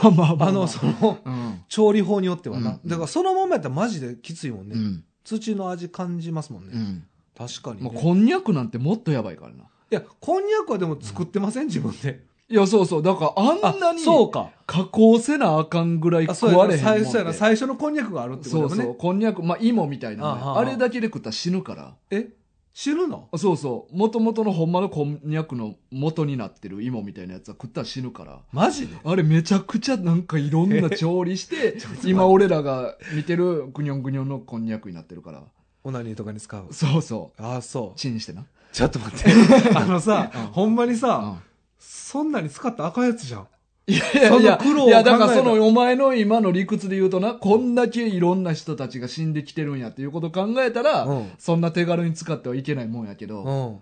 まあまあまあ、まあ。
あの、その、
うん。
調理法によってはな。
うん
だからそのままやったらマジできついもんね。
うん。
土の味感じますもんね。
うん。
確かに、
まあ、
ね。
こんにゃくなんてもっとやばいからな。
いや、こんにゃくはでも作ってません、自分で。
いや、そうそう。だから、あんなに、
そうか。
加工せなあかんぐらい
あ
食
そうや
わ
な
れへんもん
最
で。
初やな。最初のこんにゃくがあるってこ
そ
と
う
だもんね。
そう。こんにゃく、まあ、芋みたいなもんや
ああああ
あれだけで食ったら死ぬから。
え死ぬの
そうそう。もともとのほんまのこんにゃくの元になってる芋みたいなやつは食ったら死ぬから。
マジで
あれめちゃくちゃなんかいろんな調理 して、今俺らが見てるぐにょんぐにょんのこんにゃくになってるから。
オナニーとかに使う。
そうそ
ああ、そう
う。。チンしてな。
ちょっと待って。 あのさ、
うん
ほんまに
う
さ、
ん
そんなに使ったらあかんやつじゃん。
いやいやいや
その苦労を
い
考え、た
やだからそのお前の今の理屈で言うとな、こんだけいろんな人たちが死んできてるんやっていうことを考えたら、
うん
そんな手軽に使ってはいけないもんやけ
う
ど、
ん。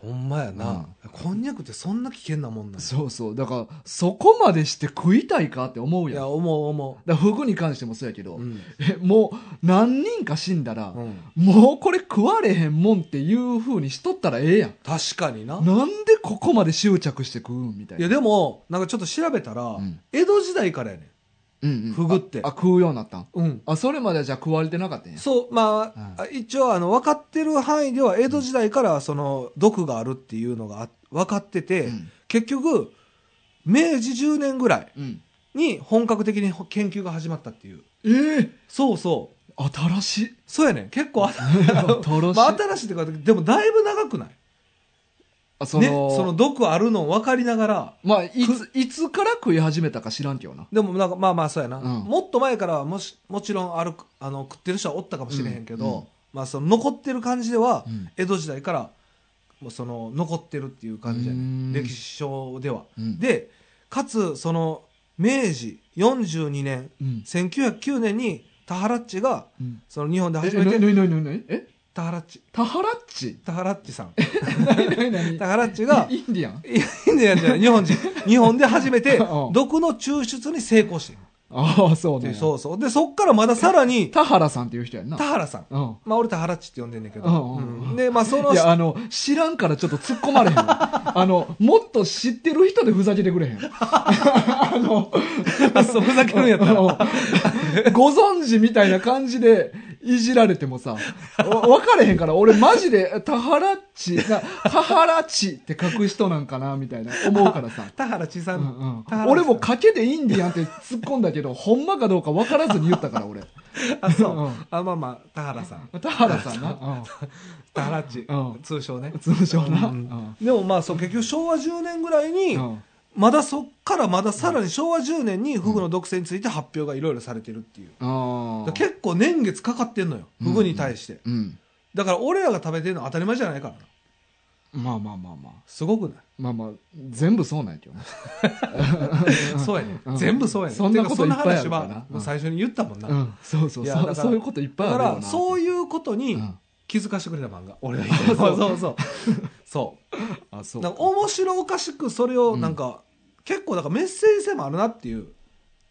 ほんまやな、こんにゃくってそんな危険なもんなんや
そうそう。だから、そこまでして食いたいかって思う
い
やん。だ
や、
か
思う思
ら服に関してもそうやけど、
う。うん。
え もう何人か死んだら、
うん。
もうこれ食われへんもんっていう風にしとったらええやん。
確かにな。
なんでここまで執着して食うんみたい
い
な。
や、でも、なんかちょっと調べたら、
ん
江戸時代からやねん。
うんうん
フグって
あ。あ食うようになったん。
うん。
あ、それまではじゃあ食われてなかったんや。
そう、まあ、あ一応、あの、分かってる範囲では、江戸時代から、その、毒があるっていうのがあ分かってて、
うん
結局、明治10年ぐらい
うん。
に本格的に研究が始まったっていう。
ええ
そうそう。
新し い。
そうやねん。結構、あ
新しい。
まあ、新しいっていうか、でも、だいぶ長くない
あそ
そ
の、
の,、ね、その毒あるの分かりながら、
まあ、いつ、いつから食い始めたか知らんけどな。
でもなんかまあまあそうやな、
うん
もっと前からはもしもちろんあるあの食ってる人はおったかもしれへんけど、
うんうん
まあ、その残ってる感じでは、
うん
江戸時代からもうその残ってるっていう感じや
う
ね
ん
歴史上では。
うん
でかつその明治42年
うん。
1909年にタハラッチが
うん
その日本で
え、
初
な
め
に
て
なになになにえ
タハラッチ
タハラッチ
タハラッチさん
なになになに
タハラッチ が
イインディアン
いやインディアンじゃない 日本人日本で初めて
うん
毒の抽出に成功してる
ああ、そう
ってい
ね。
うそうそうでそっからまださらに
田原さんっていう人やんな。
田原さん
うん。
まあ俺田原っちって呼んでんねんけど、
うんうんうん
うんでまあその
いや、あの、知らんからちょっと突っ込まれへん わ。あの、もっと知ってる人でふざけてくれへん。 あの、
あそうふざけるんやったら
うんご存知みたいな感じでいじられてもさ、わ分かれへんから、俺マジで、田原っち、な田原っちって書く人なんかな、みたいな思うからさ。
田原ちさ、
うんん
田
うん、
原
俺も賭けでインディアンって突っ込んだけど、ほんまかどうか分からずに言ったから、俺。
あそう、
うんうん
あまあまあ田原さん
田原さんな。
田原っち、
うん
通称ね
うん、通称な。
う
うんん
でもまあそう結局昭和10年ぐら いに、
うん
まだそっからまださらに昭和10年にフグの毒性について発表がいろいろされてるっていう、
あ
だ
あ。
から結構年月かかってんのよフグに対して、
うん。
だから俺らが食べてるの当たり前じゃないからな
まあまあまあまあ。
すごくない
まあまあ、全部そうなんやけどな。
そうやね、
うん
全部そうやね
そんなこと
てかそんない
っぱいあ
話
るからな
はもう最初に言ったもんな、
うん。そうそう
いや
そ
だ
う。
から
そういうこといっぱい
だ
あ
か
るよ
ら
な。
そういうことに
うん
気づかしてくれた漫画、俺らに そうそうそう そう
あ、そう
なんか面白おかしくそれをなんか、結構だからメッセージ性もあるなっていう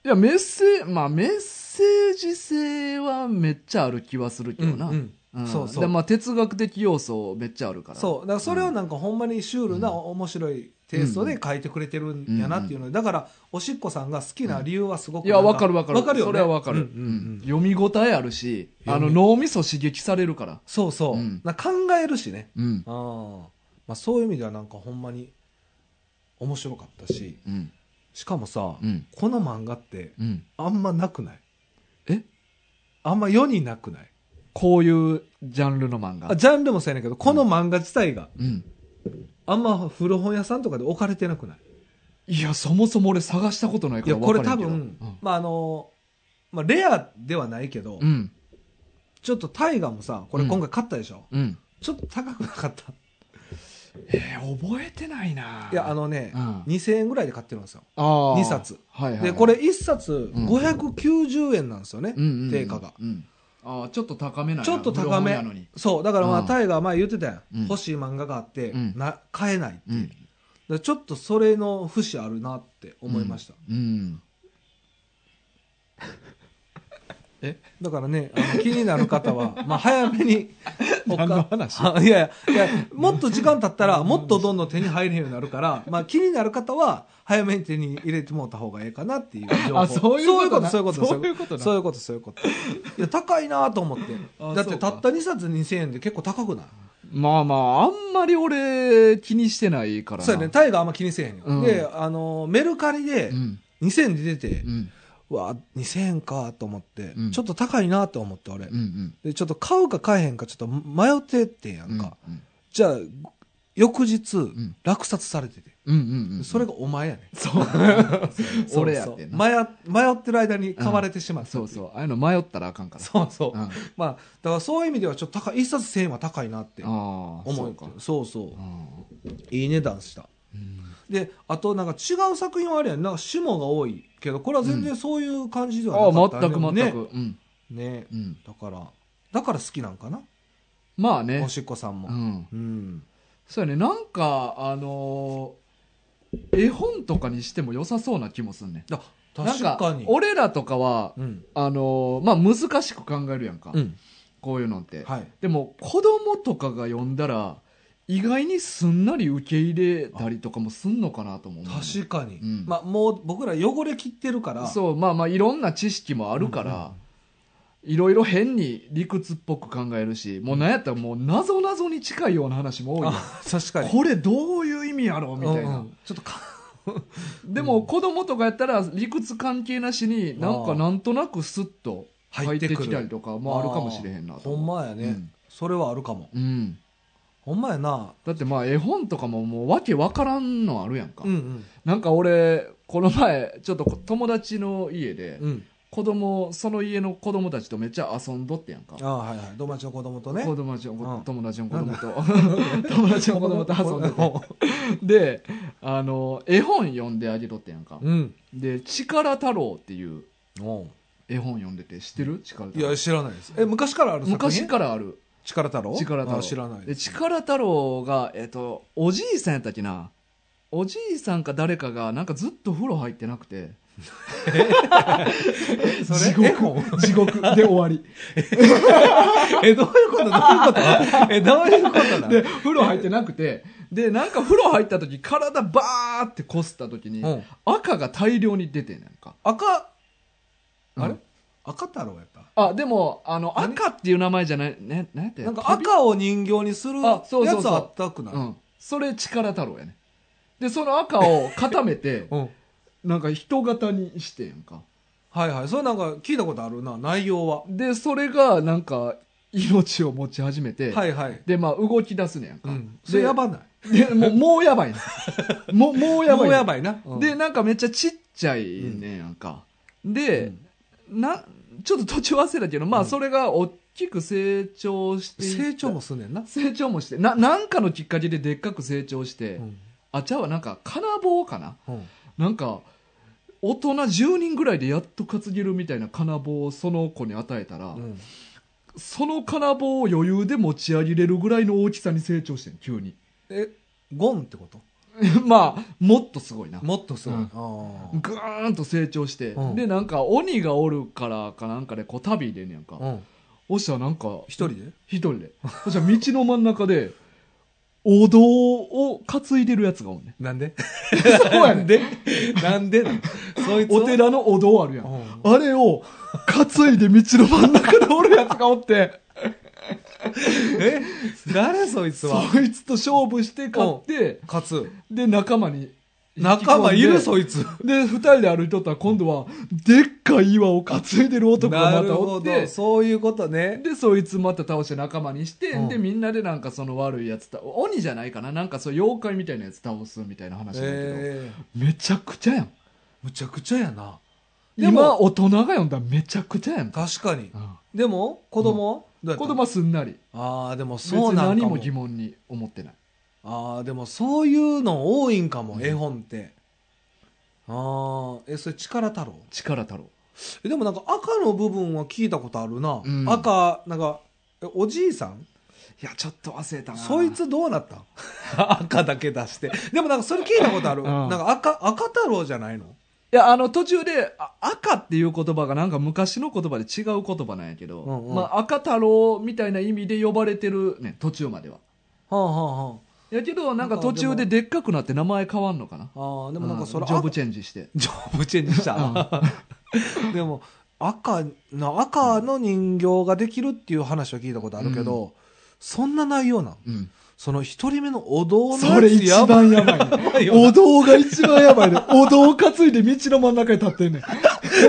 いや、メッセージ、まあメッセージ性はめっちゃある気はするけどな。
うんうん
ん
そうそう
でまあ哲学的要素めっちゃあるから。
そうだからそれをなんかほんまにシュールな面白いテイストで書いてくれてるんやなっていうのでだからおしっこさんが好きな理由はすごく
いや、わかるわかる。
わかるよ、ね、
それはわかる、
うんうんうん
読み応えあるし、あの、
読み
脳みそ刺激されるから。
そうそう、
うん
なんか考えるしね
うん。
あー、まあ、そういう意味ではなんかほんまに面白かったし
うん。
しかもさ、
うん。
この漫画って
うん。
あんまなくない
え
あんま世になくない
こういうジャンルの漫
あ
画。
ジャンルもそうやねんけどこの漫画自体が
うん。
あんま古本屋さんとかで置かれてなくない
いや、そもそも俺探したことない
い
か
や
ら
これ
分か
多
らんけど
分、まああのまあ、レアではないけど、
うん。うん。
ちょっと大河もさこれ今回買ったでしょ、
うん。
ちょっと高くなかった
えー、覚えてないない
やあ、のね
う、ん、
2000円ぐらいで買ってるんですよ
あー
二冊。
はいはい、はい。
でこれ、1冊
ん
590円なんですよね、
うんうんうん
定価が。
うん、ああ、ちょっと高めなんやな
ちょっと高
古本
め
やのに。
そうだからまあ
うん
大河前言ってたやん、
うん
欲しい漫画があって、
うん
な買えないって、
う
だ
ん
か。らちょっとそれの節あるなって思いました、
うん。
だからねあの気になる方 はまあ早めにおか
何 の話
あいやいやいやもっと時間経ったらもっとどんどん手に入れへんようになるから、まあ、気になる方は早めに手に入れてもらった方がええかなっていう情報
あそういうことな
そういうことそういうこと
そ
そうういうことそういうこといや高いなと思って
あ
だって
そう
た
か
った2冊2000円で結構高くない
まあまあ、あんまり俺、気にしてないからな。
そうやね。タイがあんま気にせえへんよ、
うん
であのメルカリで
うん。
2000円で出て
う、ん。
うわ2000円かと思って、
うん
ちょっと高いなと思って俺、
うん。うん。
でちょっと買うか買えへんかちょっと迷ってってんや
うんん
か、。じゃあ翌日、
ん
落札されてて、
うん。うん。うん。
それがお前やね
そう。
ん
俺やってんな
そうそう迷迷ってる間に買われてしまったってい
そうそう。ああいうの迷ったらあかんから。
そうそ
う
う、
ん。あ
まあだからそういう意味ではちょっと高い一冊1000円は高いなって
あ
思
ー、そ
うそうう
か。
そうそう
あ
いい値段した
ーうん
であとなんか違う作品はあれやんなんか主語が多いけどこれは全然そういう感じで
あ
はなかった
あ、全く全く。
ね
うん。
ね
うん。
だからだから好きなんかな
まあね
お。しっこさんも
うん。
うん、
そうやね。なんか、あのー絵本とかにしても良さそうな気もすんね。
だ
なん
確かに
俺らとかは、
うん
あのーまあ難しく考えるやんか。
うん
こういうのって。
はい
でも、子供とかが読んだら、意外にすんなり受け入れたりとかもすんのかなとも思う。
確かに、
うん
まあ、もう僕ら汚れ切ってるから
そう、まあまあ、いろんな知識もあるから、いろいろ変に理屈っぽく考えるし、もうなんやったらもう謎々に近いような話も多いやん
あ確かに
これどういう意味やろみたいな。
うんうんちょっとか
でも子供とかやったら理屈関係なしになん
あ
か
ー
なんとなくスッと
入
入
っ
ってて
くる
きたりとかもあるかもしれへんなと
ほん
思
まや
う
ね、
うん
それはあるかも
うん
ほんまやな
だってまあ絵本とかももうわけわからんのあるやんか、
うんうん
なんか俺この前ちょっと友達の家で
うん
子供その家の子供たちとめっちゃ遊んどってやんか
ああはいはい友達の子供とね
子供たちの子
うん
友達の子供と 友達の子供と遊ん でてであの絵本読んであげとってやんか
うん
で「力太郎」っていう
おう
絵本読んでて知ってる力太
いや
郎
知らないですえ昔からある作品
昔からある
力太郎
力太
あ
郎
知らない
で
です
力太郎がえっとおじいさんやったっけなおじいさんか誰かがなんかずっと風呂入ってなくて
そ
地
れ絵本
獄地獄で終 わり
えどういうことどういうことえどういうことな
で風呂入ってなくてでなんか風呂入った時体バーってこすった時に、
の、うん、
赤が大量に出てなんか
赤あ
う
れ
ん
赤太郎やった
あでもあの
何
赤っていう名前じゃないねなんやったや
なんか赤を人形にするや
あそうそう
つ
そう
あったくない
うん、それ力太郎やねでその赤を固め て
うん
なんか人型にしてんやんか
はいはいそれなんか聞いたことあるな内容は
でそれがなんか命を持ち始めて、
はいはい
でまあ動き出すねやんか、
うんそ
で
れやばない
でもうもうやばいね もうもうやばい,、
もうやばいなうん
でなんかめっちゃちっちゃいねやんか、で、なちょっと途中忘れたけどまあ
うん
それが大きく成長していった
成長もすんねんな
成長もしてななんかのきっかけででっかく成長して、
うん
あちゃうわなんか金棒かな
うん
なんか大人10人ぐらいでやっと担げるみたいな金棒をその子に与えたら、
うん
その金棒を余裕で持ち上げれるぐらいの大きさに成長してん 急に
えゴンってこと
まあもっとすごいな
もっとすごい
うん
あー
ぐーんと成長して、
うん
でなんか鬼がおるからかなんかでこう旅出んねやんか、
うん
おっしゃなんか
一人で
一人でおっしゃ道の真ん中でお堂を担いでるやつがおん ね
なんで
そうやねん
でなんでなのそいつを
お寺のお堂あるや
うんん
あれを担いで道の真ん中でおるやつがおって、
え誰 そいつは
そいつと勝負して勝って、
勝つ
で、仲間に。
仲間いるそ
い
いつ
つ。で、二人で歩いとったら今度は、でっかい岩を担いでる男が
な
ま
る
たお
ほ
って
ど、そういうことね
で、そいつまた倒して仲間にして、
うん
で、みんなでなんかその悪いやつた、鬼じゃないかななんかそう妖怪みたいなやつ倒すみたいな話だけど、
ええ
めちゃくちゃやん。
むちゃくちゃやなでも
今、大人が読んだらめちゃくちゃやんか。
確かに
うん
でも子供、どうやった
子供はすんなり。
ああでも
別
そう
に
なん
何
か
も
も
疑問に思ってない。
ああでもそういうの多いんかも、
うん
絵本ってああえそれ力太郎
力太郎。
えでもなんか赤の部分は聞いたことあるな、
うん
赤なんかえおじいさん
いや、ちょっと忘れたな。
そいつどうなったん 赤だけ出してでもなんかそれ聞いたことある、
うん
なんか赤赤太郎じゃないの
いや、あの、途中で、あ赤っていう言葉がなんか昔の言葉で違う言葉なんやけど、
うんうん
まあ、赤太郎みたいな意味で呼ばれてるね、途中までは。
はあはあは
やけど、なんか途中ででっかくなって名前変わんのかな。
ああーでもなんかそれ、
うジョブチェンジして。
ジョブチェンジした。 でも、赤の、赤の人形ができるっていう話は聞いたことあるけど、そんな内容なん
うん。
その一人目のお堂の
それ一
やばい
番やばい、ね。
よ
お堂が一番やばいね。お堂担いで道の真ん中に立ってんね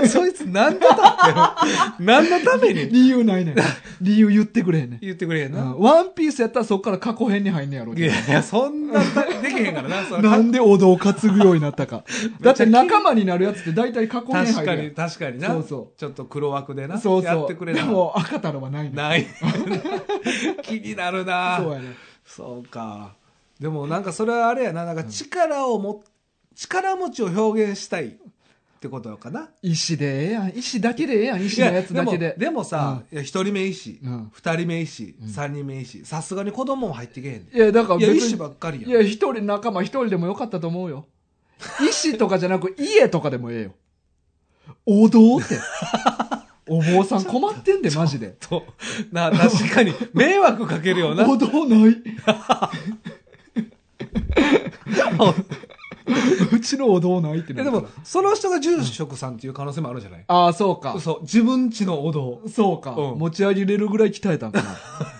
ん。
そいつ何のため 何のために
理由ないねん。 理由言ってくれへんねん。
言ってくれへん
う
な。
んワンピースやったらそっから過去編に入んねやろう
い
けど
やいや、そんな たできへんからな。その
なんでお堂を担ぐようになった か。だって
めっちゃ気に
仲間になるやつって大体過去編
確
入
か
るや
に、
ん。
確かにな。
そうそ
ちょっと黒枠でな。
そう
やっ
そ
て
う。
くれな
で。も赤太郎はないね。
ない。 気になるな。
そうやね。
そうか。でもなんかそれはあれやな、なんか力をも、力持ちを表現したいってことかな。
石でええやん。石だけでええやん。石
い
の
や
やつだけで。
ももさ、いや一人目石、
うん
二人目石
う、ん
三人目石、さすがに子供も入ってけへんで。
いや、だから
いや、
別
石
に。
ばっかり
い
や
や、
ん。
一人仲間一人でもよかったと思うよ。石とかじゃなく、家とかでもええよ。お堂って。お坊さん困って んで、マジで。
と、なあ、確かに、迷惑かけるよな。
お堂ない。うちのお堂ないって
え
なる
で
から
も、その人が住職さんっていう可能性もあるじゃない、
ああ、そうか。
そう、自分家のお堂。
そうか、
うん
持ち上げれるぐらい鍛えたんかな。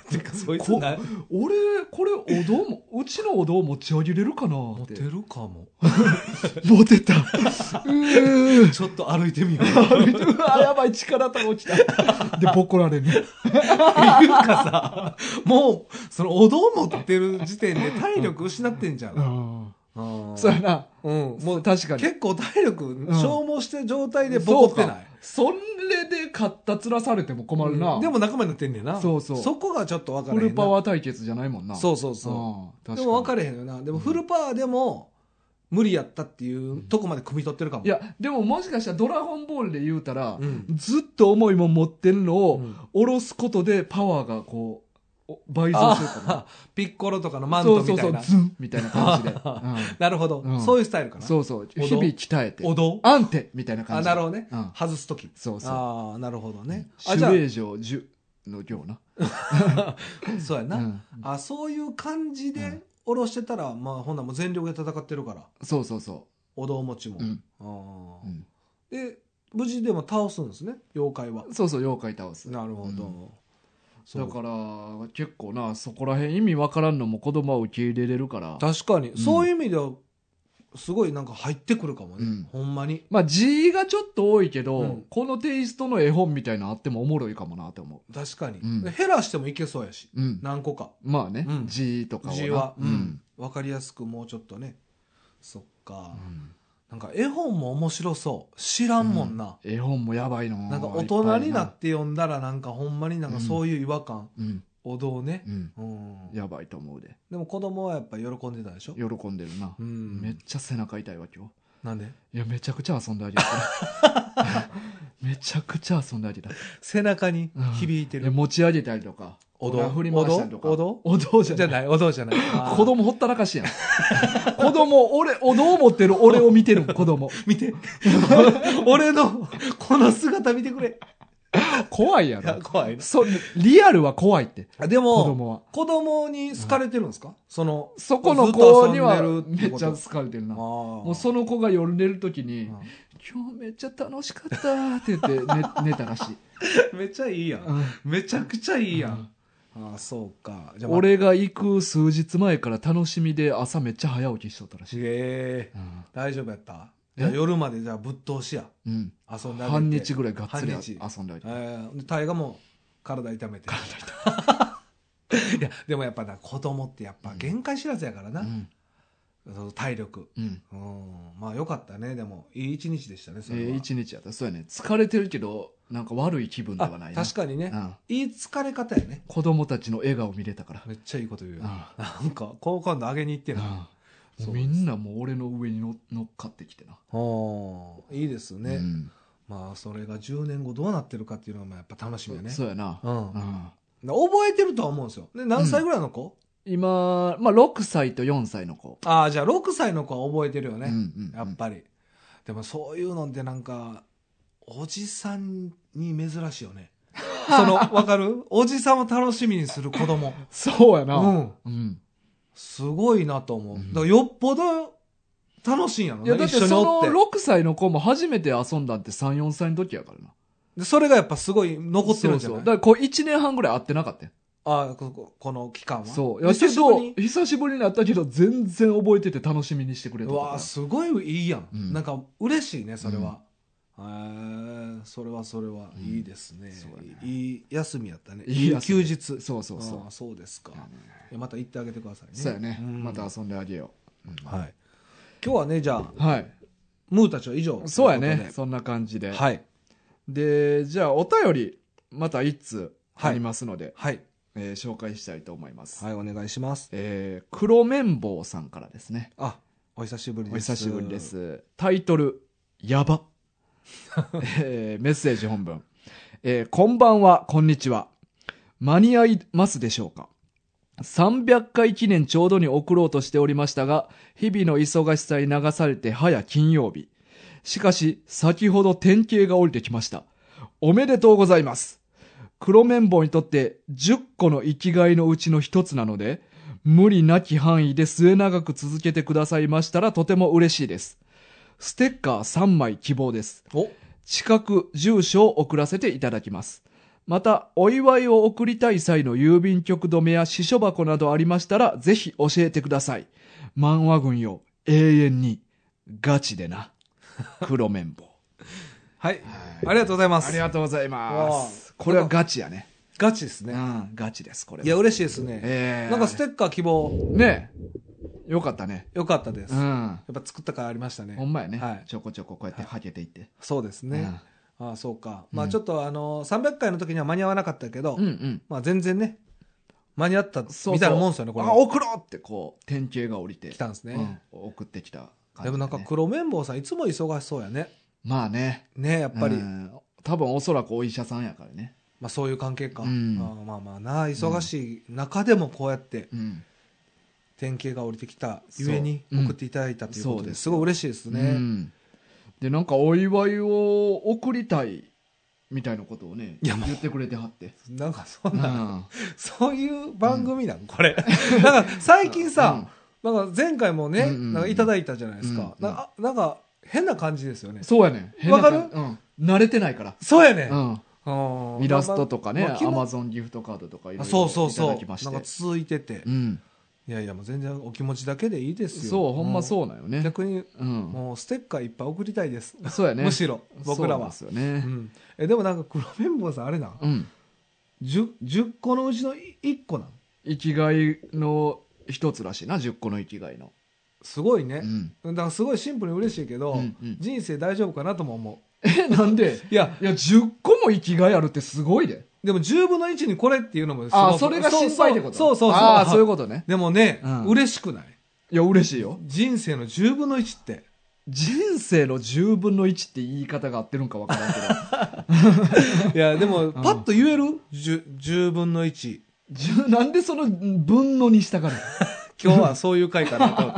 てか、そいつ
こ
な、
俺、これ、お堂も、うちのお堂持ち上げれるかな
モ
っ
テ
て。
るかも。
モテ た。うー
ちょっと歩いてみよう。
うわ、やばい、力た落ちた。 で、ボコられる。
っていうかさ、もう、その、お堂持ってる時点で体力失ってんじゃん。うん
そうやな。
うん。も
も
う
う、、確かに。
結構体力
ん
消耗してる状態でボコってない。
そうかそれで勝ったつらされても困るな。
うんでも仲間になってんねんな。
そうそう
そこがちょっと分か
フ
れへんな。
ルパワー対決じゃないもんな。
そううそうそ
ん確か
う。
に
でも分かれへんよな。でもフルパワーでも、無理やったっていうとこまで汲み取ってるかも。
いや、でももしかしたらドラゴンボールで言うたら、
うん、
ずっと重いもん持ってるの
う
を、
ん
下ろすことでパワーがこう、お倍増するか
あーピッコロとかのマ
な。そ
ント
う
み
そう
た
そ、
いう
ズ
な。
ンみたいな感じ で。
なるほど、
うん
そういうスタイルか
うん
な。
そうそう、
お
日
ど
々鍛えて。
お堂
安定みたいな
あ、
感じで。
なるほどね。
うん
外すとき。
そうそう。
ああ、なるほどね。あ、じゃ
主令嬢10の行な。
あ、そうやな。
うん
あ、そういう感じ
う
で
ん
下ろしてたら、まあ、ほんならもう全力で戦ってるから。
そうそうそ
お堂持ちも。
う。うん
あ
う
ー
ん
で、無事でも倒すんですね、妖怪は。
そうそう、妖怪倒す。
なるほど。
うん
そ
だ
う
から、結構な、そこら辺意味わからんのも子供は受け入れれるから。
確かに、
ん
そういう意味ではすごいなんか入ってくるかも
う
ね、
ん
ほんまに
まあ字がちょっと多いけど、
うん
このテイストの絵本みたいなのあってもおもろいかもなって思
確かに、
うん
減らしてもいけそうやし
う。うん。
何個か
まあね、
うん
字とかをな。
字は、
う
うんん。分かりやすくもうちょっとねそっ
う
か、
ん
なんか絵本も面白そう知らんもんな、
絵本もやばいの。
なんか大人にな
っ
って読んだらなんかほんまになんかそういう違和感、
ぱいなうん。
お堂ね、
うん。
うん
やばいと思うで。
でも子供はやっぱ喜んでたでしょ、
喜んでるな。
うん
めっちゃ背中痛いわ、今日。
なんで
いや、めちゃくちゃ遊んだりだ めちゃくちゃ遊んだりだ。
背中に響いて
い
る、
や持ち上げたりとか。
お
俺
堂
は振り回したりとか。
お堂
お堂じゃ
じ
な
ゃ
い。
ないお堂じ ゃないあー
子供ほったらかし やん。子供、俺、お堂持ってる俺を見てる子供。
見て 俺のこの姿見てくれ
怖いや
いや
ろ。
怖いな
そリアルは怖いって、
あで
子
も
供は。
子供に好かれてるんですか、その
そこの子に
ず
は
っと遊んでる
め
って
っ
こ
ち
と
ゃ好かれてるな。も
も
うその子が夜寝るときに、
う
今日めっちゃ楽しかったって言って寝寝たらしい。
んめっちゃいいやん
う
めちゃくちゃいいや、
うん
ああそうかじ
ん
ゃあ
俺が行く数日前から楽しみで朝めっちゃ早起きしとったらしい。
ええ
うん
大丈夫やった
え
じゃあ夜までじゃあぶっ通しや
うん。
遊んであげて
半日ぐらいがっつり
半日
遊んだり
え。ーで大河も体痛めて いやでもやっぱな子供ってやっぱ限界知らずやから
う
な、
ん。
その体力
うん。
うんまあよかったねでもいい一日でしたねそ
え
れは、
ー一日やった。そうやね。疲れてるけど、なんか悪い気分ではな
あ
いな。
確かにね、
うん
いい疲れ方やね
子供たちの笑顔見れたから。
めっちゃいいこと言うよ、
あ
なんか好感度上げにいってる、
ああ
そう
みんなもう俺の上に乗乗っかってきてな。
おーいいですね、
うん
まあそれが10年後どうなってるかっていうのがまあやっぱ楽しみやね
そうやな。
うん
う
だか
ん
ら覚えてるとは思うんですよで何歳ぐらいの子、
今、まあ、6歳と4歳の子。
ああじゃあ6歳の子は覚えてるよ
うん
ね、
うんうん
やっぱりでもそういうのってなんかおじさんに珍しいよ ねそのわかるおじさんを楽しみにする子供
そうや
う
な。うん。
んすごいなと思う、
うん
だからよっぽど楽しいんやろ
いや、だ
ね
って
一緒
そ
にお
の
って
6歳の子も初めて遊んだんって3、4歳の時やからな。
でそれがやっぱすごい残ってるんじゃ
そうそう。
な
だ
い
からこう1年半ぐらい会ってなかったよ。
あこここの期間は
そう。
で
やけ
久しぶり
ど、
に
久しぶりに会ったけど、全然覚えてて楽しみにしてくれて
う
たから。
わあすごいいいやん、
うん
なんか嬉しいねそれは、へえそれはそれは
うん
いいですね,、
そうだね
いい休みやったね
いい休み
休日
そうそうそう
あーそうですか
やね
いやまた行ってあげてくださいね
そうやね。
ん
また遊んであげよう。うん
はい今日はねじゃあ
はい。
ムーたちは以上
そうや
とい
ね。
こと
そんな感じで。
ではい
で、じゃあお便り、また一通ありますので、
はい
えー紹介したいと思います。
はいお願いします
えー黒綿棒さんからですね。
あお久しぶり
お
です
久しぶりです。タイトル、や ば。えーメッセージ本文。えーこんばんは、こんにちは。間に合いますでしょうか300回記念ちょうどに送ろうとしておりましたが、日々の忙しさに流されて早金曜日。しかし、先ほど典型が降りてきました。おめでとうございます。黒綿棒にとって10個の生きがいのうちの一つなので、無理なき範囲で末長く続けてくださいましたらとても嬉しいです。ステッカー3枚希望です。
お
近く住所を送らせていただきます。また、お祝いを送りたい際の郵便局止めや支所箱などありましたら、ぜひ教えてください。漫画軍よ、永遠に、ガチでな。黒綿棒。
はいありがとうございます
ありがとうございます。これはガチやね。
ガチです
う
ね
ん、ガチです、これは。
いや嬉しいですね
えー
なんかステッカー希望
ねえよかったね。
よかったです
う
や
ん。
っぱ作ったからありましたね
ほんまやね、
はい
ちょこちょここうやってはけていって。
そうですね、
うん
ああそうか、ま
う
あ
ん
ちょっとあの300回の時には間に合わなかったけど、
うんうん。
まあ全然ね間に合った
そうそう
みたいなもんですよねこれ
あ、送ろうってこう、典型が降りて。
来たんですね、
うん送ってきた感
で
じ
も
ね、
なんか黒綿棒さんいつも忙しそうやね
まあね
ねやっぱり、
うん多分おそらくお医者さんやからね、
まあ、そういう関係か、
うん
まあまあまあな忙しい中でもこうやって
うん
典型が降りてきたゆえに
そううん
送っていただいたということ
そう
で,、
ですす
ごい嬉しいですね、
うんでなんかお祝いを送りたいみたいなことをね
いやもう
言ってくれてはって、
なんかそ
うん
な、
ん、
そういう番組なのこれ なんか最近さ、なんか前回も
う
ね、
んうんうん
なんかいただいたじゃないですか、
うんうん
なんかあなんか変な感じですよね
うん、そうやね変
わ
な
か
感
る
じうん、慣れてないから、
そうやねん、
う
うん
ん、イラストとかね、
まあまあ気
ア
も
マゾンギフトカードとかいろいろ
そうそうそう
いただきまし
なんか
て
続いてて、
う
い
ん、
やいやもう全然お気持ちだけでいいですよ
そうほんま
う
そうなんよ
ん
ね、
逆に
うん、
もうステッカーいっぱい送りたいです、
そうやね
むしろ僕らは
そうなんですよね
う、ん、えでもなんか黒綿棒さんあれな
うん、
10, 10個のうちの1個なん
生きがいの一つらしいな10個の生きがいの、
すごいね
う、ん、
だからすごいシンプルに嬉しいけど、
うんうん
人生大丈夫かなとも思
えなんで
ういや
いや10個も生きがいあるってすごいで
でも10分の1にこれっていうのもすごく
あそれが心配ってこと
そうそうそうそう
ああそういうことね
でもね、
うん
嬉しくない
いや嬉しいよ
人生の10分の1って
人生の10分の1って言い方が合ってるんか分からん けど
いやでもパッと言える、じゅ 10, 分の1
じゅなんでその分のにしたがる
今日はそういう回かな と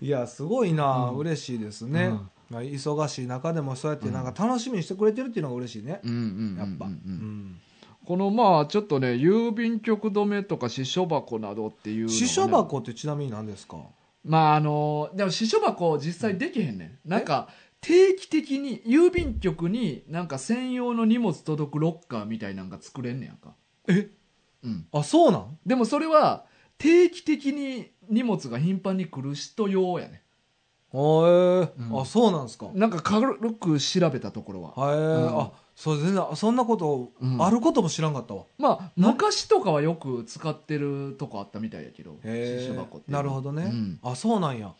いやすごいな、
うん
嬉しいですね、
うん
まあ忙しい中でもそうやってなんか楽しみにしてくれてるっていうのが嬉しいね、
うんうん
やっぱ、
う
うん
うんうん
ん
このまあちょっとね郵便局止めとか私書箱などっていうのがね
死書箱ってちなみに何ですか
まああのでも私書箱実際できへんねんなんか定期的に郵便局になんか専用の荷物届くロッカーみたいなんが作れんねやんか
え
うん
あそうなん
でもそれは定期的に荷物が頻繁に来る人用やね
へー
うん
あそうなんですかへ
なんか軽く調べたところは、
え、
ん
あそう全然そんなこと、
うん
あることも知らんかったわ
まあ昔とかはよく使ってるとこあったみたいやけど
へ
私
ー
書箱っていうの
な
は
るほどね、
うん
あそうなんや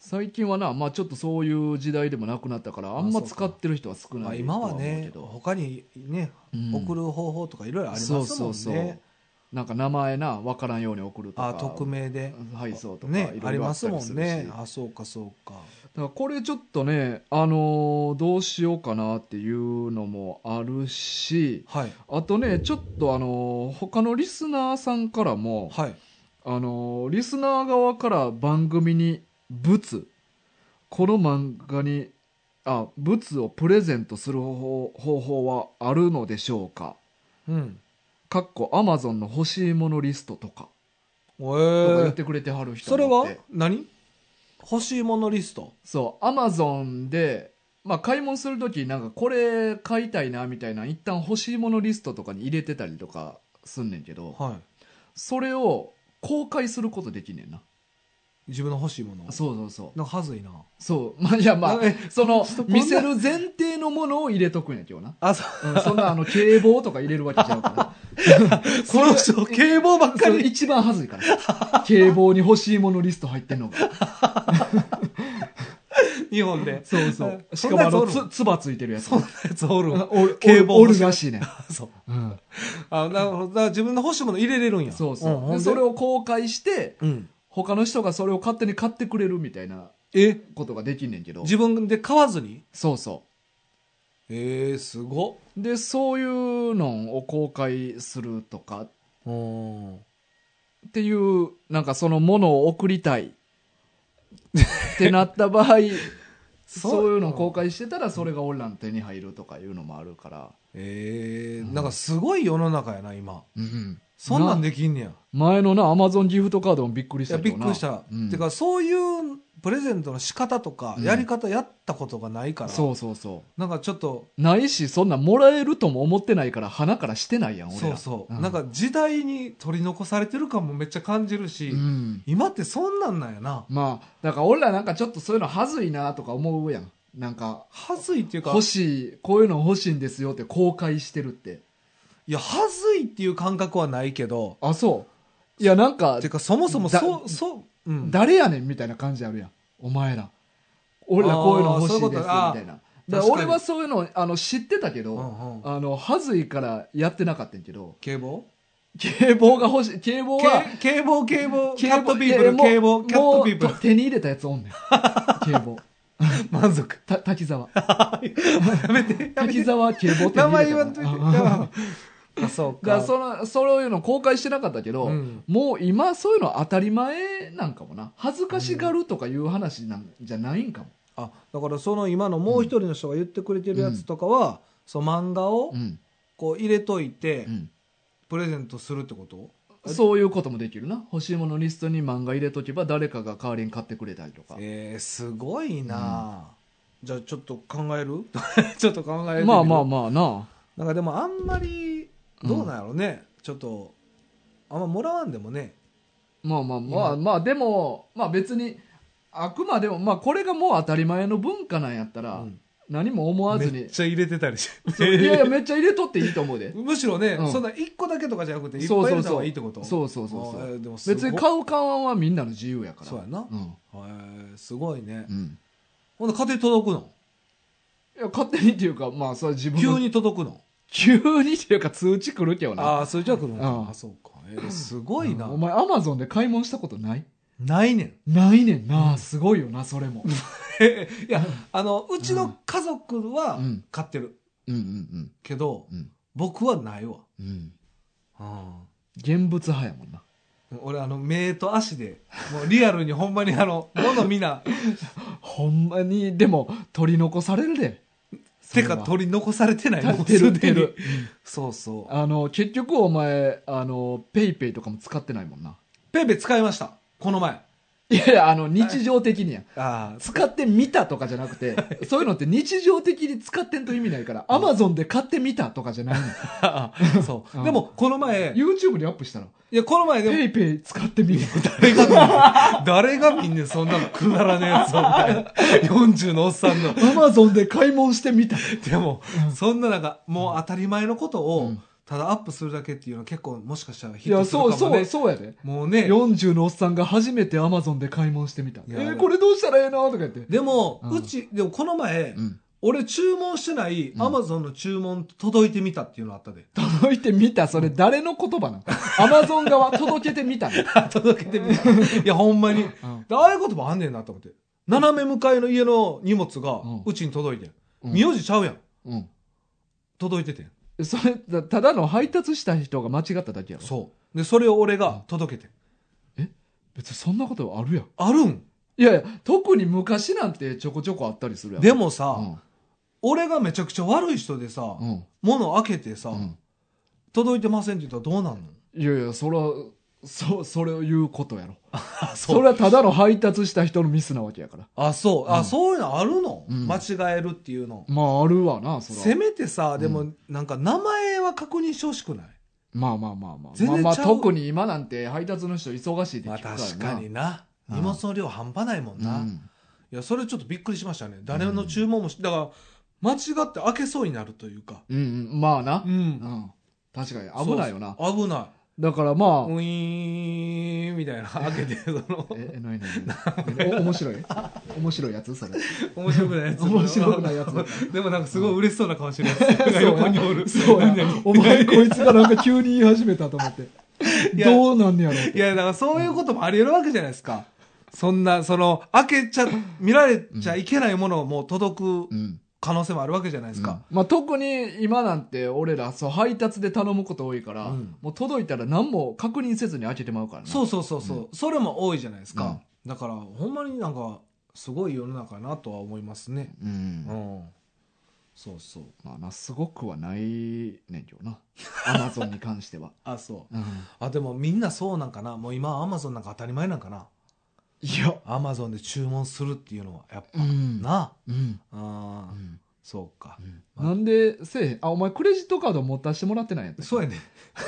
最近はな、まあ、ちょっとそういう時代でもなくなったからあんま使ってる人は少
ま
な
あ、
いとは
今は
思うけ
ね
ど、
他にね、
うん
送る方法とかいろいろありますもんね
そうそうそうなんか名前な分からんように送るとか
あ匿名で
配送とか
ね
い
あ
ろい
り
ろあっ
ま
た
す
り
も
す
ん
るし
ねあそうかそう
だ
か
からこれちょっとね、あのーどうしようかなっていうのもあるし
はい
あとねちょっとあのー他のリスナーさんからも、
はい
あのーリスナー側から番組に「仏」この漫画にあ仏をプレゼントする方法方法はあるのでしょうか
うん
かっこアマゾンの欲しいものリストとか
え
とか言
ー
っ、てくれてはる人
それ
もおっ
は
て
何欲しいものリスト
そうアマゾンで、まあ、買い物する時なんかこれ買いたいなみたいな一旦欲しいものリストとかに入れてたりとかすんねんけど
はい
それを公開することできんねんな
自分の欲しいもの
そうそうそう
なんかはずいな
そうまあいやまあ
あえ
その
ちょっとこんな
見せる前提のものを入れとくんやけどな、
あそう
うん、そんなあの警棒とか入れるわけちゃう から
この人警棒ばっか
それ
り
一番はずいから警棒に欲しいものリスト入ってんのが
日本で
そうそう
あ
しかもあ
そ
の
んなやつおる
つつばついてるやつ
そんなやつおるん
お
警棒
おおるらしいねん、
そう
うん、
あなるほどだから自分の欲しいもの入れれるんや
そうそう、
んほん
で
で
それを公開して
うん
他の人がそれを勝手に買ってくれるみたいな
え
ことができんねんけど
自分で買わずに
そうそ
えー、すごっ
うでそういうのを公開するとか
うん
っていうなんかそのものを送り たいってなった場合そういうのを公開してたらそれが俺らの手に入るとかいうのもあるから、
え
う
ー、
ん
なんかすごい世の中やな今そんなんできんねや
前のなアマゾンギフトカードもびっくりし
いや
た
びっ
どな
くりした、
うん
てかそういうプレゼントの仕方とか
うん
やり方やったことがないから、
そうそうそう
なんかちょっと
ないしそんなもらえるとも思ってないから花からしてないやん俺
そ
ら
うそう、
うん
なんか時代に取り残されてる感もめっちゃ感じるし、
うん
今ってそんなんなんやな
まあだから俺らなんかちょっとそういうのはずいなとか思うやんなんか
はずいっていうか
欲しいこういうの欲しいんですよって公開してるって
いやはずいっていう感覚はないけど
あそういやなんか
ていうかそもそも
だ
そうそう、うん、
誰やねんみたいな感じあるやんお前ら俺らこういうの欲しいです
あーそういう
みた
こと
い
あー
なだから
確かに
俺はそういうのあの知ってたけど、
うんうん
あのはずいからやってなかったんやけど
警棒
警棒が欲しい。警棒は、
け警棒、警棒、キ
警
ャ
棒
ットピープル、
いやい
警
やも
棒、
う
キャットピープ
もう手に入れたやつおんねん。警棒。
ル。満 足。
た、滝 沢。
やめて、やめ
滝
て。
沢警棒手に入れた
名前言わんといて。
うんだか
あ、そう
ら
か。
その、そういうの公開してなかったけど、
うん
もう今そういうの当たり前なんかもな。恥ずかしがるとかいう話なんじゃないんかも。
あ、だからその今のもう一人の人が言ってくれてるやつとかは、その漫画を
うん。
こう入れといて
う、ん。
プレゼントするってこと
そういうこともできるな。欲しいものリストに漫画入れとけば誰かが代わりに買ってくれたりとか。
えー、すごいな、じゃあちょっと考える ちょっと考えてみる
まあまあまあな。
なんかでもあんまりどうなんやろうね、ちょっとあんまもらわんでもね
まあまあまあ、まあでも、まあ別に、あくまでも、まあこれがもう当たり前の文化なんやったら、
うん
何も思わず
め
に
っ、ちゃ入れてたりし
そういやいや、
て
めっちゃ入れとっていいと思 うで。
むしろね、
うん
そんな1個だけとかじゃなくていっぱい
そう
入
そ
れ
う
た方
そ
が
う。
いいってこと
そうそうそうそ
あー
う。
でもすご
別に
そう
買う買わんはみんなの自由やから。
やな、
うん。
へーすごいね
うん。
ほんで家庭届くの
いや、勝手にっていうか、まあそれは自分の
急。に届くの
急にっていうか通知来るけどな。
ああそれじゃあ来るのか、
うん
あそうか、えーすごいな、
うんお前アマゾンで買い物したことない
ないねん
ないねんな。すごいよな、それも。
いや、あの、うちの家族は
うん
買ってる
うんうん
けど、
うん。うん。
僕はないわ。
うん。現物派やもんな。
俺、あの、目と足で、もうリアルにほんまに あの、物見な、
ほんまに、でも、取り残されるで。
手が取り残されてない
立
もう
って
す
る
で
て
に
る。
そうそう。
あの、結局お前、あの、ペイペイとかも使ってないもんな。
ペイペイ使いました。この前。
いやいや、あの、日常的にや。
ああ、
使ってみたとかじゃなくて、 そういうのって日常的に使ってんと意味ないから、アマゾンで買ってみたとかじゃないの。
そうう。
ん
でも、この前、い
YouTube にアップしたら、
や、この前でも
ペ、イペイ使ってみた。
誰が見んねん、誰が見んねん、そんなのくだらねえやつ、お 前。40のおっさんの。
アマゾンで買い物してみた。
でも、そんななんか、もう当たり前のこと
う
を
ん、
ただアップするだけっていうのは結構もしかしたらヒ
い
ット
や、
するか
そ
も
う
ね。
そう、そうやで。
もうね。
40のおっさんが初めてアマゾンで買い物してみた。え
いや
ーこれどうしたらええなとか言って。
でも、
う
うんち、でもこの前、
うん。
俺注文してない
ん
Amazon の注文届いてみたっていうのあ ったで。
届いてみたそれ誰の言 葉なのアマゾン側届けてみたの、
届けてみた。いや、ほんまに。で
うん
ああいうこともあんねんなと思って。斜め向かいの家の荷物が
うん、
うちに届いてん。
うん
名字ちゃうやん。
うん
届いててん。
それたただの配達した人が間違っただけやろ
そう。で、それを俺が届けてん。
別にそんなことあるやん
あるん
いやいや特に昔なんてちょこちょこあったりするやん
で
も
もさ、俺がめちゃくちゃ悪い人でさ
う、ん
物開けてさ、
うん、うん
届いてませんって言ったらどうなんの
いやいやそれはそそれを言うことやろ
あ、
それはただの配達した人のミスなわけやから
あ、そ
う
う。あ、
ん
そういうのあるの
うん
間違えるっていうの。
まああるわなそ
せ
れは
めてさ、で
う
もなんか名前は確認してほしくない、
まあまあまあまあ
全
まあ
然
まあ
ちゃう
特に今なんて配達の人忙しいって聞くからな、
な
うん
荷物の量半端ないもんな、
う
い
ん
やそれちょっとびっくりしましたね誰の注文もし、だから間違って開けそうになるというか
うんうんまあな
う、ん
うん、確かに危ないよな
そうそう危な
だからまあ、
いウィーンみたいな開 けてその
え、え、ないないない。お面白い面白いやつそれ。
面白くないやつ
面白くないやつ
でもなんかすごい嬉しそうな顔してるやつ が横におる
そうや
何々。
お前こいつがなんか急に言い始めたと思って。
いや
どうなんねやろう
いや、だからそういうこともあり得るわけじゃないですか。そんな、その、開けちゃ、見られちゃいけないものをもう届く
うん。
可能性もあるわけじゃないですか。
まあ特に今なんて俺らそう配達で頼むこと多いから、
うん
もう届いたら何も確認せずに開けてまうからね。。
そううそうそうそう、それも多いじゃないですか。だから、ほんまになんか、すごい世の中やなとは思いますね。
うん
う。ん。そうそう。
まあな、すごくはないねんけど な。アマゾンに関しては。
あ、そう。
うん。
あ、でもみんなそうなんかな。もう今、アマゾンなんか当たり前なんかな。
いや。
アマゾンで注文するっていうのは、やっぱ、
うん。
な。
うん。
あ
う
あ、
ん
そうか。
なんでせえへんあ、お前クレジットカード持たしてもらってないやったっけ
そうやね。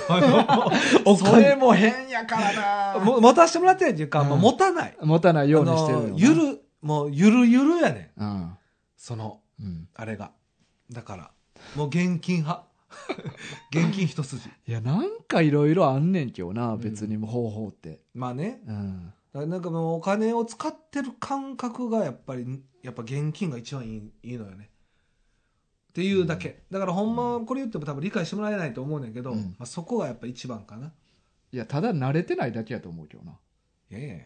あ のお
そ
金
れも変やからな。
も持たせてもらってないっていうか、
うん
もう持たない。
持たないようにしてる
あ
よな。
のゆる、もうゆるゆるやねん。
うん。
その、
うん。
あれが。だから、もう現金派。 現金一筋。
いや、なんかいろいろあんねんけどな、
ん
別にも方法って。
まあね、
うん。
だからなんかもうお金を使ってる感覚がやっぱり、やっぱ現金が一番いいいいのよね。ってっていうだけ、だからほんまはこれ言っても多分理解してもらえないと思うねんけど、
うん
まあ、そこがやっぱ一番かない
や、ただ慣れてないだけやと思うけどな。
いやいやいや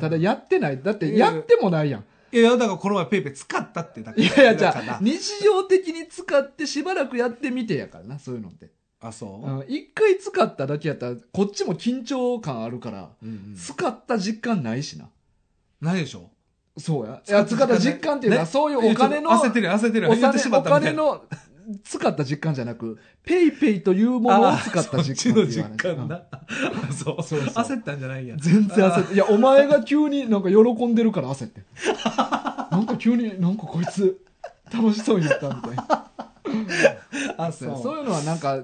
ただやってない。だっ
いや
て
いや
やってもないやん。
いやだからこの前ペイペイ使ったってだけ
いやいや、じ
だ
ゃ
から
あ、日常的に使ってしばらくやってみてやからな、そういうのって。
あそう、
うん一回使っただけやったら、こっちも緊張感あるから、
うんうん
使った実感ないしな。
ないでしょ
そうや。いや、使った実感っていうのは、
ね
そういうお金の、
いやちょっと焦ってるよ焦ってるよ
お
言ってし
金
ま
お
ったみた
金
いな
の使った実感じゃなく、ペイペイというものを使った
あーそっ
実
ち
感
の
っていう
実
話
感な、あそう
そうそう
焦ったんじゃないんや
うん全然焦って、いや、お前が急になんか喜んでるから焦って。 なんか急になんかこいつ楽しそうにやったみたいな。
あ
そ
そ
う
う
そういうのはなんか、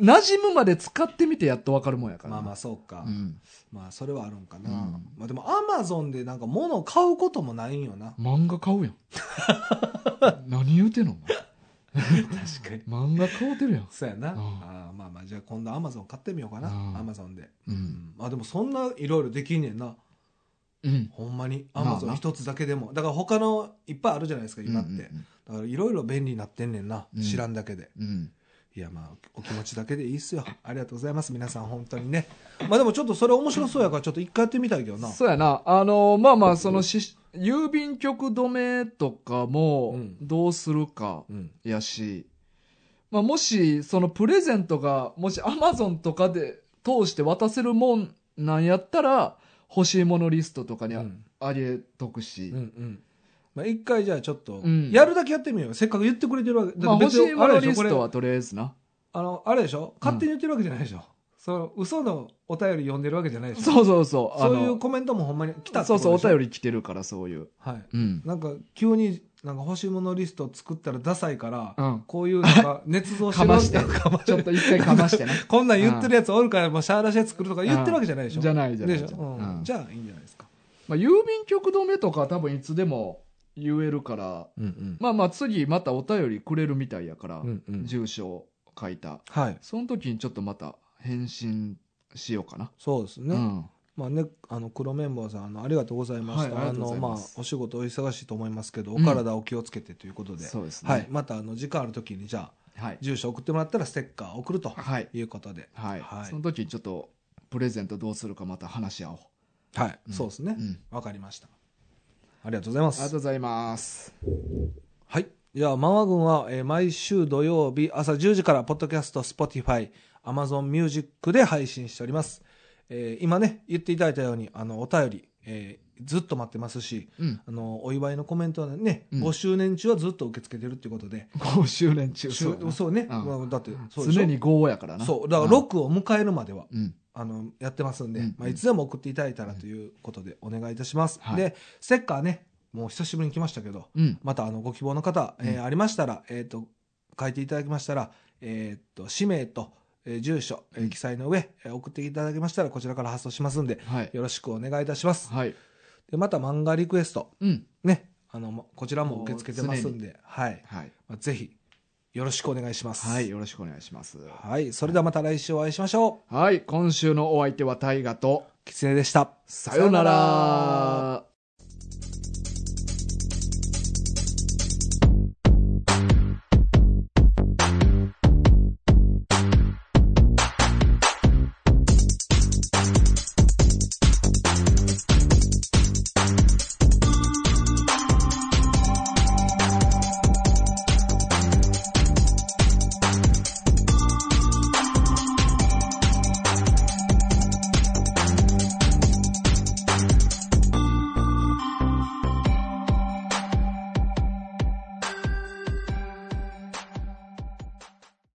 馴染むまで使ってみてやっとわかるもんやから。
まあまあそうか、
うん。
まあそれはあるんかな、
うん
まあでもアマゾンでなんか物を買うこともないんよな
漫画買うやん。 何言うてんのお
確かに
前漫画買うてるやん。
そうやな、
うん
あーまあまあじゃあ今度アマゾン買ってみようかな
うん
アマゾンで、
う。
うんん、あでもそんないろいろできんねんな
うん。
ほんまに
ま
ア
あな
マゾン一つだけでもだから他のいっぱいあるじゃないですか今って、
うんうん
だからいろいろ便利になってんねんな、
うん
知らんだけで
うん。
いやまあお気持ちだけでいいっすよありがとうございます皆さん本当にねまあでもちょっとそれ面白そうやからちょっと一回やってみたいけどな
そうやな。あのまあまあ、そのし、郵便局止めとか
う
も
ん、
どうするか、
うん
やし、まあ、もし、そのプレゼントが、もし Amazon とかで通して渡せるもんなんやったら、欲しいものリストとかに
う
あ,、
ん
げとくし、
うんうんまあ一回じゃあちょっと
うん
やるだけやってみようよせっかく言ってくれてるわけだ
まあ、
って
欲
別
し
に
いも
あれ
の
でし
リ
ょこ
ス
れ
トはとりあえずな。
あの、あれでしょ勝手に言ってるわけじゃないでしょ、その、嘘のお便り読んでるわけじゃないでしょ
そうそうそう。
そういう
あの
コメントもほんまに来たって
そ
こ
うそう、
と
お
でしょ
便り来てるから、そういう。
はい。
うん。
なんか、急になんか欲しいものリスト作ったらダサいから、
うん
こういうなん か、捏造して
かまして
るわけかまし
ち
て
ょっと一回かましてね。
こんなん言ってるやつおるから、もうシャーラシェ作るとか言ってるわけじゃないでしょ、
うんじゃないじゃない
でしょ、うん
うん
じゃあ、いいんじゃないですか。
まあ、郵便局止めとかは多分いつでも言えるから、
うんうん。
まあまあ、次またお便りくれるみたいやから、
うんうん
住所書いた。
はい。
その時にちょっとまた返信しようかな。
そうですね。
うん。
まあね、あの黒綿棒さんあのありがとうございました、
はいありが
あ
とうご
の
ざい
まあ
ます
お仕事お忙しいと思いますけど、
うん
お体お気をつけてということで、
そうですね。
はい、。またあの時間ある時にじゃあ
はい。
住所送ってもらったらステッカー送ると
はい。
いうことで
はい。
はい
その時にちょっと、プレゼントどうするかまた話し合おう。
はい、
うん
そうですね
うん。
わ、かりましたありがとうございま
ありが
す
とうございます。
はいじゃあマワ軍は、えー毎週土曜日朝10時からポッドキャスト Spotify Amazon Music で配信しております、えー今ね言っていただいたようにあのお便り、えーずっと待ってますし
うん。
あのお祝いのコメントはね、
うん
5周年中はずっと受け付けてるっていうことで、
5周年中。
しゅ
やな
そうね、
うん
まあだってそうでしょ
常に5やからな。
そうだから
六。
6を迎えるまでは
うん。
あのやってますんで、
うん
まあ、いつでも送っていただいたらということでお願いいたします、
はい
でステッカーねもう久しぶりに来ましたけど
うん。
またあのご希望の方、えーありましたら、えー、と書いていただきましたら、えー、と氏名と、えー住所、えー
うん
記載の上、えー送っていただきましたらこちらから発送しますんで
はい。
よろしくお願いいたします
はい。
でまた漫画リクエスト
うん。
ねあのこちらも受け付けてますんで、はい
はい。
まあ、ぜひよろしくお願いします
はい。、よろしくお願いします。
はい、それではまた来週お会いしましょ
はい。今週のお相手は大ガと、
うキツネでした
さような
さようなら
ら。